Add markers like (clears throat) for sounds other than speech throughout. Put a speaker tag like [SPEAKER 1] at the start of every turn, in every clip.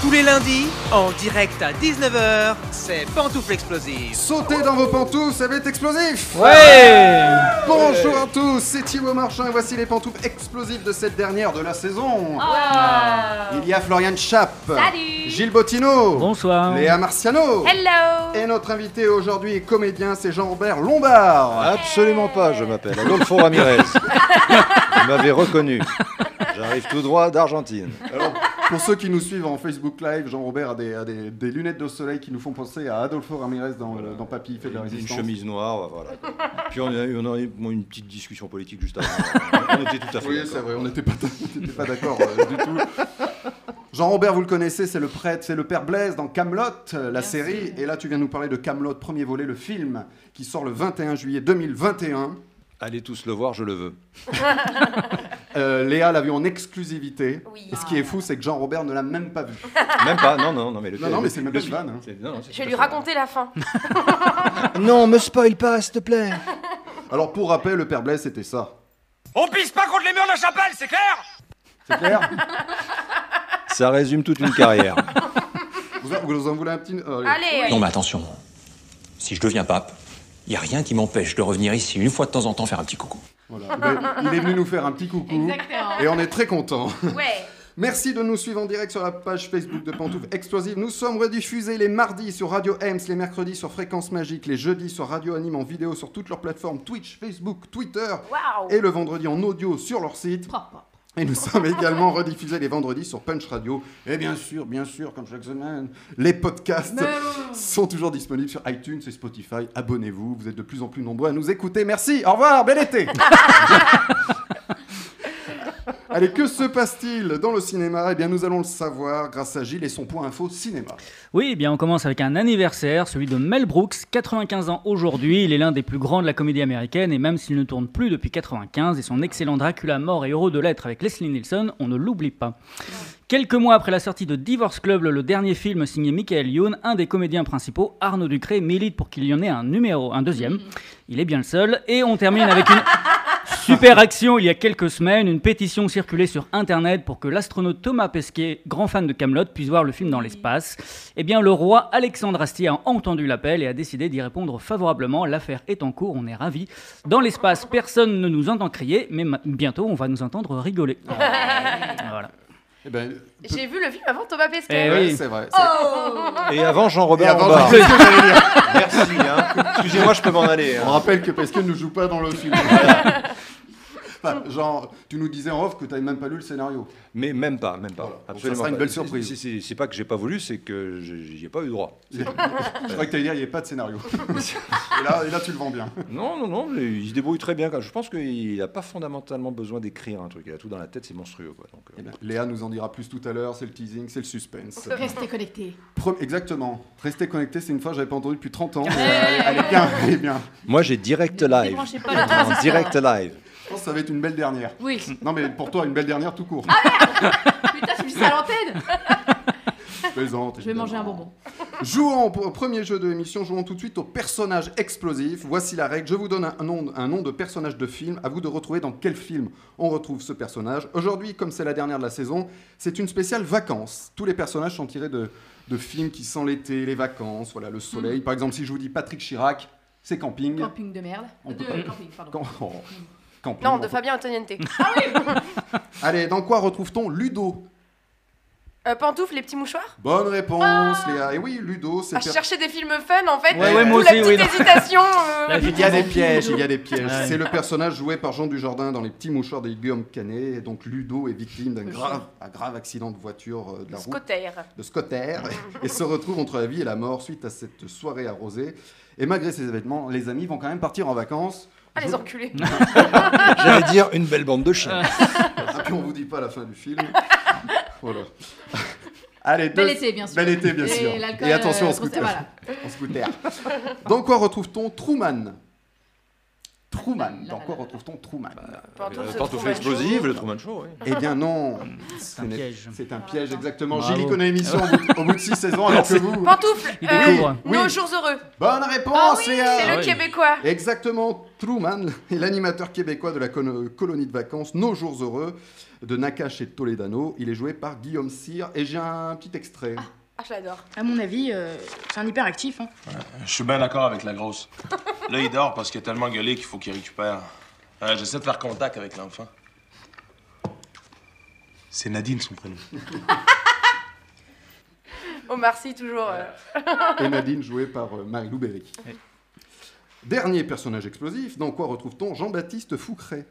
[SPEAKER 1] Tous les lundis, en direct à 19h, c'est Pantoufle Explosive.
[SPEAKER 2] Sautez dans vos pantoufles, ça va être explosif
[SPEAKER 3] Ouais
[SPEAKER 2] Bonjour à tous, c'est Thibaut Marchand et voici les pantoufles explosives de cette dernière de la saison. Il y a Florian Schapp,
[SPEAKER 4] Oh. Salut.
[SPEAKER 2] Gilles Bottino,
[SPEAKER 3] Bonsoir
[SPEAKER 2] Léa Marciano,
[SPEAKER 4] Hello
[SPEAKER 2] et notre invité aujourd'hui est comédien, c'est Jean-Robert Lombard.
[SPEAKER 5] Ah. Absolument pas, je m'appelle Adolfo Ramirez. Vous m'avez reconnu. J'arrive tout droit d'Argentine.
[SPEAKER 2] Alors, pour ceux qui nous suivent en Facebook Live, Jean-Robert a, des, a des- des lunettes de soleil qui nous font penser à Adolfo Ramirez dans,
[SPEAKER 5] Voilà.
[SPEAKER 2] dans Papy il fait de la
[SPEAKER 5] Une
[SPEAKER 2] résistance.
[SPEAKER 5] chemise noire, bah, voilà. Puis on a, eu- on a eu bon, une petite discussion politique juste avant. On était tout à fait.
[SPEAKER 2] Oui,
[SPEAKER 5] d'accord.
[SPEAKER 2] c'est vrai, on n'était pas, (laughs) on n'était pas d'accord euh, du tout. Jean-Robert, vous le connaissez, c'est le prêtre, c'est le père Blaise dans Camelot, euh, la série. Et là, tu viens nous parler de Camelot, premier volet, le film, qui sort le 21 juillet 2021.
[SPEAKER 5] Allez tous le voir, je le veux.
[SPEAKER 2] Euh, Léa l'a vu en exclusivité.
[SPEAKER 4] Oui.
[SPEAKER 2] Et ce qui est fou, c'est que Jean-Robert ne l'a même pas vu.
[SPEAKER 5] Même pas, non, non, non, mais le
[SPEAKER 2] Non, non, mais c'est même pas
[SPEAKER 5] le-
[SPEAKER 2] une vanne, hein.
[SPEAKER 5] c'est- non, non, c'est
[SPEAKER 4] Je
[SPEAKER 5] tout à
[SPEAKER 4] vais lui
[SPEAKER 5] fait
[SPEAKER 4] raconter la fin.
[SPEAKER 5] vrai. Non, me spoil pas, s'il te plaît.
[SPEAKER 2] Alors, pour rappel, le père Blaise, c'était ça.
[SPEAKER 6] On pisse pas contre les murs de la chapelle, c'est clair
[SPEAKER 2] C'est clair
[SPEAKER 5] Ça résume toute une carrière.
[SPEAKER 2] vous, en- vous en voulez un petit. euh, allez.
[SPEAKER 4] Allez
[SPEAKER 7] Non, mais attention. Si je deviens pape, il n'y a rien qui m'empêche de revenir ici une fois de temps en temps faire un petit coucou.
[SPEAKER 2] Voilà. Ben, Il est venu nous faire un petit coucou.
[SPEAKER 4] Exactement.
[SPEAKER 2] Et on est très contents.
[SPEAKER 4] Ouais.
[SPEAKER 2] Merci de nous suivre en direct sur la page Facebook de Pantouf Explosive. Nous sommes rediffusés les mardis sur Radio Ems, les mercredis sur Fréquence Magique, les jeudis sur Radio Anime en vidéo sur toutes leurs plateformes Twitch, Facebook, Twitter
[SPEAKER 4] Waouh
[SPEAKER 2] et le vendredi en audio sur leur site. Et nous sommes également rediffusés les vendredis sur Punch Radio. Et bien sûr, bien sûr, comme chaque semaine, les podcasts sont toujours disponibles sur iTunes et Spotify. Abonnez-vous, vous êtes de plus en plus nombreux à nous écouter. Merci, au revoir, bel été Allez, que se passe-t-il dans le cinéma Eh bien, nous allons le savoir grâce à Gilles et son point info cinéma.
[SPEAKER 3] Oui, eh bien on commence avec un anniversaire, celui de Mel Brooks, 95 ans aujourd'hui. Il est l'un des plus grands de la comédie américaine et même s'il ne tourne plus depuis 95 et son excellent Dracula mort et heureux de l'être avec Leslie Nielsen, on ne l'oublie pas. Quelques mois après la sortie de Divorce Club, le dernier film signé Michael Youn, un des comédiens principaux, Arnaud Ducré, milite pour qu'il y en ait un numéro, un deuxième. Il est bien le seul. Et on termine avec une Super action, il y a quelques semaines, une pétition circulait sur Internet pour que l'astronaute Thomas Pesquet, grand fan de Camelot, puisse voir le film dans l'espace. Eh bien, le roi Alexandre Astier a entendu l'appel et a décidé d'y répondre favorablement. L'affaire est en cours, on est ravis. Dans l'espace, personne ne nous entend crier, mais ma- bientôt, on va nous entendre rigoler. Voilà.
[SPEAKER 2] Eh bien,
[SPEAKER 4] J'ai vu le film avant Thomas
[SPEAKER 3] Eh
[SPEAKER 4] Pesquet.
[SPEAKER 3] oui. Oh. Bah.
[SPEAKER 2] c'est vrai.
[SPEAKER 5] Et avant
[SPEAKER 2] Et
[SPEAKER 5] Jean-Robert
[SPEAKER 2] avant,
[SPEAKER 5] Lombard.
[SPEAKER 2] Jean-Robert,
[SPEAKER 5] Merci, (laughs) hein. Excusez-moi, je peux m'en aller. hein.
[SPEAKER 2] on rappelle que Pesquet ne joue pas dans le film. Enfin, genre, tu nous disais en off que tu n'avais même pas lu le scénario.
[SPEAKER 5] Mais même pas, même pas.
[SPEAKER 2] Voilà. Donc
[SPEAKER 5] Absolument
[SPEAKER 2] ça sera une
[SPEAKER 5] pas.
[SPEAKER 2] belle surprise.
[SPEAKER 5] C'est- c'est- C'est pas que j'ai pas voulu, c'est que j'ai- j'y ai pas eu droit.
[SPEAKER 2] Je crois que t'allais dire il n'y avait pas de scénario. et, là, et là, tu le vends bien.
[SPEAKER 5] Non, non, non, mais il se débrouille très bien. quand- Je pense qu'il n'a pas fondamentalement besoin d'écrire un truc. Il a tout dans la tête, c'est monstrueux. Quoi. Donc, euh,
[SPEAKER 2] Léa nous en dira plus tout à l'heure, c'est le teasing, c'est le suspense.
[SPEAKER 8] Restez connectés.
[SPEAKER 2] Pre- Exactement. Restez connectés, c'est une phrase que j'avais pas entendue depuis 30 ans. mais elle, elle est bien, elle est bien.
[SPEAKER 5] Moi, j'ai direct live.
[SPEAKER 8] débranchez pas le
[SPEAKER 5] En direct
[SPEAKER 2] (laughs)
[SPEAKER 5] live.
[SPEAKER 2] Je pense que ça va être une belle dernière.
[SPEAKER 8] Oui.
[SPEAKER 2] Non mais pour toi, une belle dernière tout court.
[SPEAKER 8] Putain, tu me dis ça à l'antenne
[SPEAKER 2] Plaisante,
[SPEAKER 8] Je vais
[SPEAKER 2] évidemment.
[SPEAKER 8] manger un bonbon.
[SPEAKER 2] Jouons au premier jeu de l'émission, jouons tout de suite au personnage explosif. Voici la règle, je vous donne un nom, un nom de personnage de film, à vous de retrouver dans quel film on retrouve ce personnage. Aujourd'hui, comme c'est la dernière de la saison, c'est une spéciale vacances. Tous les personnages sont tirés de, de films qui sentent l'été, les vacances, voilà, le soleil. Par exemple, si je vous dis Patrick Chirac, c'est
[SPEAKER 8] (laughs)
[SPEAKER 2] camping.
[SPEAKER 8] Hmm. Camping de merde.
[SPEAKER 2] On peut
[SPEAKER 8] De camping, pardon.
[SPEAKER 2] Cam- oh, camping.
[SPEAKER 4] Non, de Fabien Antoniente.
[SPEAKER 3] Ah
[SPEAKER 4] (laughs)
[SPEAKER 2] Allez, dans quoi retrouve-t-on Ludo
[SPEAKER 4] Euh, Pantoufles, les petits mouchoirs
[SPEAKER 2] Bonne réponse,
[SPEAKER 8] Ah
[SPEAKER 2] Léa. Et oui, Ludo, c'est...
[SPEAKER 4] À
[SPEAKER 2] per-
[SPEAKER 4] chercher des films fun, en fait.
[SPEAKER 2] Ouais, ouais,
[SPEAKER 4] D'où
[SPEAKER 2] moi
[SPEAKER 4] la
[SPEAKER 3] aussi,
[SPEAKER 4] petite
[SPEAKER 3] oui, non.
[SPEAKER 4] hésitation.
[SPEAKER 3] (laughs)
[SPEAKER 4] euh,
[SPEAKER 3] La vie-
[SPEAKER 2] Il y a des pièges, il y a des pièges.
[SPEAKER 3] Ouais.
[SPEAKER 2] C'est le personnage joué par Jean Dujardin dans Les Petits Mouchoirs de Guillaume Canet. Et donc Ludo est victime d'un grave, un grave accident de voiture euh, de la route
[SPEAKER 4] Scotaire.
[SPEAKER 2] de Scotter et se retrouve entre la vie et la mort suite à cette soirée arrosée. Et malgré ces événements, les amis vont quand même partir en vacances.
[SPEAKER 4] Ah, les
[SPEAKER 3] (laughs)
[SPEAKER 2] Je-
[SPEAKER 4] enculés.
[SPEAKER 5] J'allais dire une belle bande de chiens.
[SPEAKER 2] Ah, puis on vous dit pas la fin du
[SPEAKER 8] (laughs)
[SPEAKER 2] film. Voilà. Allez,
[SPEAKER 8] Bel
[SPEAKER 2] deux-
[SPEAKER 8] été, bien sûr.
[SPEAKER 2] Bel été, bien sûr.
[SPEAKER 8] Et l'alcool,
[SPEAKER 2] Et attention (laughs)
[SPEAKER 8] euh,
[SPEAKER 2] en scooter.
[SPEAKER 8] voilà.
[SPEAKER 2] En scooter. Dans quoi retrouve-t-on Truman Truman.
[SPEAKER 8] Là,
[SPEAKER 2] Dans
[SPEAKER 8] là,
[SPEAKER 2] quoi
[SPEAKER 8] là, là.
[SPEAKER 2] retrouve-t-on Truman
[SPEAKER 4] Pantoufle,
[SPEAKER 5] Euh,
[SPEAKER 4] ce
[SPEAKER 5] Pantoufle
[SPEAKER 4] Truman Show.
[SPEAKER 5] explosive, le Truman Show, oui.
[SPEAKER 2] Eh bien non,
[SPEAKER 3] C'est un
[SPEAKER 2] ce n'est-
[SPEAKER 3] piège.
[SPEAKER 2] C'est un piège, exactement.
[SPEAKER 3] Bravo. Ah
[SPEAKER 2] Gilly connaît l'émission au bout- au bout de 6 saisons, alors que vous...
[SPEAKER 4] Pantoufle,
[SPEAKER 3] Il
[SPEAKER 4] euh,
[SPEAKER 3] découvre.
[SPEAKER 4] Nos
[SPEAKER 2] Oui.
[SPEAKER 4] jours heureux.
[SPEAKER 2] Bonne réponse, Léa
[SPEAKER 4] C'est
[SPEAKER 3] Ah
[SPEAKER 4] le
[SPEAKER 2] euh,
[SPEAKER 3] oui.
[SPEAKER 4] Québécois.
[SPEAKER 2] Exactement, Truman est l'animateur québécois de la con- colonie de vacances Nos Jours Heureux de Nakache et Toledano. Il est joué par Guillaume Cyr et j'ai un petit extrait.
[SPEAKER 4] Ah, je l'adore.
[SPEAKER 9] À mon avis, euh, c'est un hyperactif. Hein.
[SPEAKER 6] Je suis bien d'accord avec la grosse. Là, il dort parce qu'il a tellement gueulé qu'il faut qu'il récupère. Euh, J'essaie de faire contact avec l'enfant. C'est Nadine, son prénom.
[SPEAKER 4] Omar Sy, toujours. euh,
[SPEAKER 2] Et Nadine jouée par euh, Marie-Lou Berry. Dernier personnage explosif, dans quoi retrouve-t-on Jean-Baptiste Foucret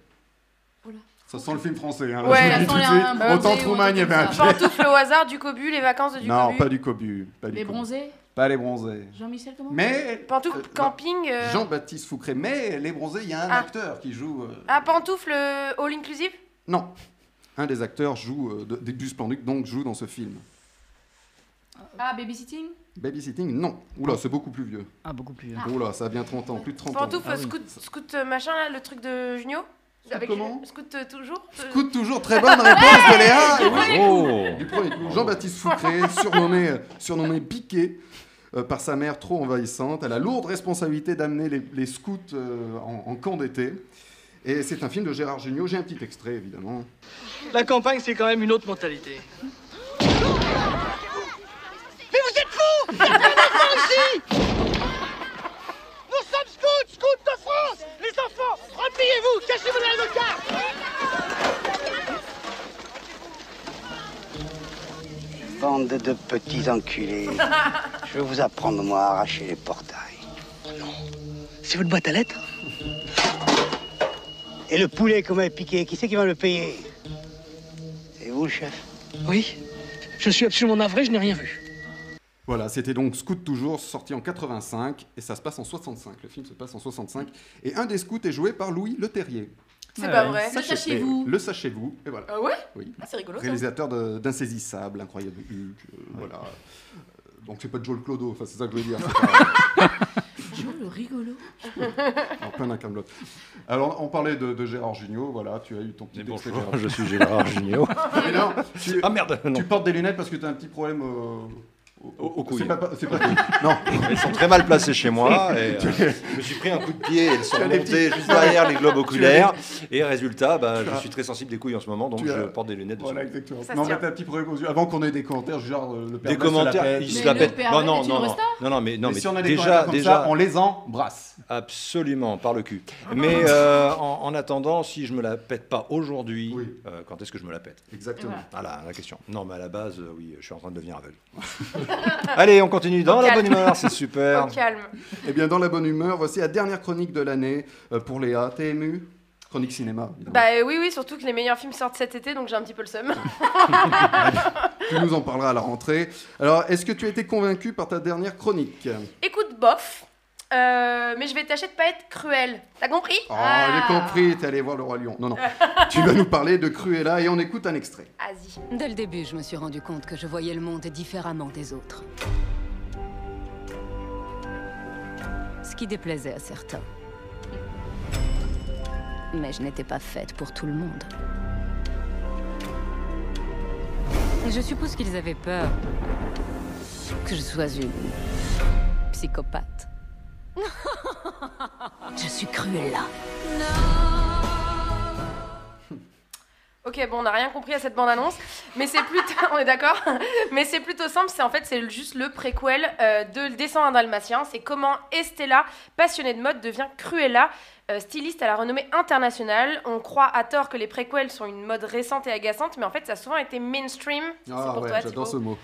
[SPEAKER 2] Ça sent le film français, hein, là,
[SPEAKER 4] Ouais,
[SPEAKER 2] je
[SPEAKER 4] ça
[SPEAKER 2] vous le dis
[SPEAKER 8] sent
[SPEAKER 2] tout de
[SPEAKER 8] les-
[SPEAKER 2] suite.
[SPEAKER 8] un bronzé ou
[SPEAKER 2] Autant
[SPEAKER 8] un truc
[SPEAKER 2] Truman, il y avait
[SPEAKER 8] comme
[SPEAKER 2] un
[SPEAKER 8] ça.
[SPEAKER 2] piège.
[SPEAKER 4] Pantoufle au hasard, du cobu, les vacances de du
[SPEAKER 2] Non,
[SPEAKER 4] cobu.
[SPEAKER 2] pas du cobu. Pas du
[SPEAKER 8] Les
[SPEAKER 2] cobu.
[SPEAKER 8] bronzés
[SPEAKER 2] Pas les bronzés.
[SPEAKER 8] Jean-Michel, comment
[SPEAKER 2] Mais...
[SPEAKER 4] Pantoufle
[SPEAKER 2] euh,
[SPEAKER 4] camping. euh,
[SPEAKER 2] Jean-Baptiste Foucret, mais les bronzés, il y a un
[SPEAKER 4] Ah.
[SPEAKER 2] acteur qui joue... euh,
[SPEAKER 4] Ah, pantoufle euh, all inclusive
[SPEAKER 2] Non. Un des acteurs joue, euh, de- de- du Splendid, donc joue dans ce film.
[SPEAKER 8] Ah, babysitting
[SPEAKER 2] Babysitting, non. Oula, c'est beaucoup plus vieux.
[SPEAKER 3] Ah, beaucoup plus.
[SPEAKER 2] Oula, ça vient 30 ans, plus de 30
[SPEAKER 4] Pantoufle
[SPEAKER 2] ans.
[SPEAKER 3] Ah oui.
[SPEAKER 4] scout, scout euh, machin, là, le truc de Junio Avec-
[SPEAKER 2] comment
[SPEAKER 4] Scout euh, toujours euh,
[SPEAKER 2] Écoute, toujours très bonne réponse de Léa
[SPEAKER 5] (laughs)
[SPEAKER 2] Oui.
[SPEAKER 5] Oh
[SPEAKER 2] Du premier coup, Jean-Baptiste Foucret, surnommé, euh, surnommé Piqué euh, par sa mère trop envahissante, a la lourde responsabilité d'amener les, les scouts euh, en, en camp d'été. Et c'est un film de Gérard Jugnot. J'ai un petit extrait, évidemment.
[SPEAKER 9] La campagne, c'est quand même une autre mentalité.
[SPEAKER 10] Bande de petits enculés. Je vais vous apprendre, moi, à arracher les portails. non. C'est votre boîte à lettres Et le poulet qu'on m'a piqué, qui c'est qui va me le payer C'est vous, le chef
[SPEAKER 9] Oui, je suis absolument navré, je n'ai rien vu.
[SPEAKER 2] Voilà, c'était donc Scout Toujours, sorti en 85, et ça se passe en 65. Le film se passe en 65. Et un des scouts est joué par Louis Leterrier.
[SPEAKER 4] C'est
[SPEAKER 3] Ah
[SPEAKER 4] pas
[SPEAKER 3] ouais.
[SPEAKER 4] vrai.
[SPEAKER 8] Le sachez-vous.
[SPEAKER 2] Le Sachez-vous, et voilà.
[SPEAKER 4] Ah ouais
[SPEAKER 2] Oui.
[SPEAKER 4] Ah, c'est rigolo ça.
[SPEAKER 2] Réalisateur de- d'Insaisissable, Incroyable Hulk, euh, voilà. Euh, Donc c'est pas Joel Clodo, enfin c'est ça que je veux dire. c'est
[SPEAKER 4] (laughs)
[SPEAKER 2] pas-
[SPEAKER 8] Jean le rigolo.
[SPEAKER 2] en plein d'un Kaamelott. Alors on parlait de, de Gérard Jugnot, voilà, tu as eu ton petit
[SPEAKER 5] Mais
[SPEAKER 2] extrait,
[SPEAKER 5] bonjour,
[SPEAKER 2] Gérard.
[SPEAKER 5] je suis Gérard Jugnot.
[SPEAKER 2] Mais non, tu,
[SPEAKER 5] Ah merde, non.
[SPEAKER 2] tu portes des lunettes parce que tu as un petit problème euh, au-
[SPEAKER 5] Au- aux couilles.
[SPEAKER 2] C'est pas, c'est
[SPEAKER 5] (laughs)
[SPEAKER 2] pas- non,
[SPEAKER 5] Elles sont très mal placées chez
[SPEAKER 2] (laughs)
[SPEAKER 5] moi. Et, euh, je me suis pris un coup de pied, elles sont
[SPEAKER 2] Tu as les
[SPEAKER 5] montées juste derrière les
[SPEAKER 2] (laughs)
[SPEAKER 5] globes oculaires. Et résultat, bah,
[SPEAKER 2] Tu as-
[SPEAKER 5] je suis très sensible des couilles en ce moment, donc
[SPEAKER 2] Tu as-
[SPEAKER 5] je porte des lunettes. dessus.
[SPEAKER 2] voilà exactement.
[SPEAKER 4] Ça se
[SPEAKER 2] non, mais
[SPEAKER 4] tient.
[SPEAKER 2] t'as un petit problème aux yeux. Avant qu'on ait des commentaires, genre euh, le père
[SPEAKER 5] Des
[SPEAKER 2] Noël se la
[SPEAKER 5] commentaires,
[SPEAKER 2] pète.
[SPEAKER 5] ils se
[SPEAKER 8] Mais
[SPEAKER 5] la
[SPEAKER 8] le
[SPEAKER 5] pètent.
[SPEAKER 8] père
[SPEAKER 5] Non,
[SPEAKER 8] Noël
[SPEAKER 5] non,
[SPEAKER 8] est une
[SPEAKER 5] non, non,
[SPEAKER 8] resta
[SPEAKER 5] non, non, mais non,
[SPEAKER 2] Mais
[SPEAKER 5] mais
[SPEAKER 2] si on a des
[SPEAKER 5] déjà,
[SPEAKER 2] comme
[SPEAKER 5] déjà,
[SPEAKER 2] ça, on les embrasse.
[SPEAKER 5] absolument par le cul.
[SPEAKER 8] Ah,
[SPEAKER 5] Mais euh, en, en attendant, si je me la pète pas aujourd'hui,
[SPEAKER 2] Oui.
[SPEAKER 5] euh, quand est-ce que je me la pète
[SPEAKER 2] Exactement.
[SPEAKER 8] Ah.
[SPEAKER 5] Voilà la question. Non, mais à la base, euh, oui, je suis en train de devenir aveugle. (laughs) Allez, on continue dans
[SPEAKER 4] Au
[SPEAKER 5] la
[SPEAKER 4] calme.
[SPEAKER 5] bonne humeur, c'est super.
[SPEAKER 4] Au calme.
[SPEAKER 2] Eh bien, dans la bonne humeur, voici la dernière chronique de l'année euh, pour Léa. T'es émue Chronique cinéma. évidemment.
[SPEAKER 4] Bah euh, oui, oui, surtout que les meilleurs films sortent cet été, donc j'ai un petit peu le seum. (laughs)
[SPEAKER 2] Tu nous en parleras à la rentrée. Alors, est-ce que tu as été convaincu par ta dernière chronique
[SPEAKER 4] Écoute, bof. Euh, mais je vais tâcher de pas être cruel. T'as compris
[SPEAKER 2] Oh,
[SPEAKER 8] Ah.
[SPEAKER 2] j'ai compris, t'es allé voir le Roi Lion.
[SPEAKER 4] (laughs)
[SPEAKER 2] Non, non. tu vas nous parler de Cruella et on écoute un extrait.
[SPEAKER 4] Vas-y.
[SPEAKER 10] Dès le début, je me suis rendu compte que je voyais le monde différemment des autres. Ce qui déplaisait à certains. Mais je n'étais pas faite pour tout le monde. Je suppose qu'ils avaient peur que je sois une
[SPEAKER 4] (laughs)
[SPEAKER 10] psychopathe. je suis Cruella.
[SPEAKER 4] Ok, bon, on n'a rien compris à cette bande-annonce, mais c'est plutôt, (laughs) on est d'accord, mais c'est plutôt simple. C'est en fait, c'est juste le préquel euh, de Le Descend un Dalmatien. C'est comment Estella, passionnée de mode, devient Cruella, euh, styliste à la renommée internationale. On croit à tort que les préquels sont une mode récente et agaçante, mais en fait, ça a souvent été mainstream. C'est
[SPEAKER 2] Ah
[SPEAKER 4] pour
[SPEAKER 2] ouais,
[SPEAKER 4] toi, Thibaut.
[SPEAKER 2] j'adore ce
[SPEAKER 4] (laughs)
[SPEAKER 2] mot.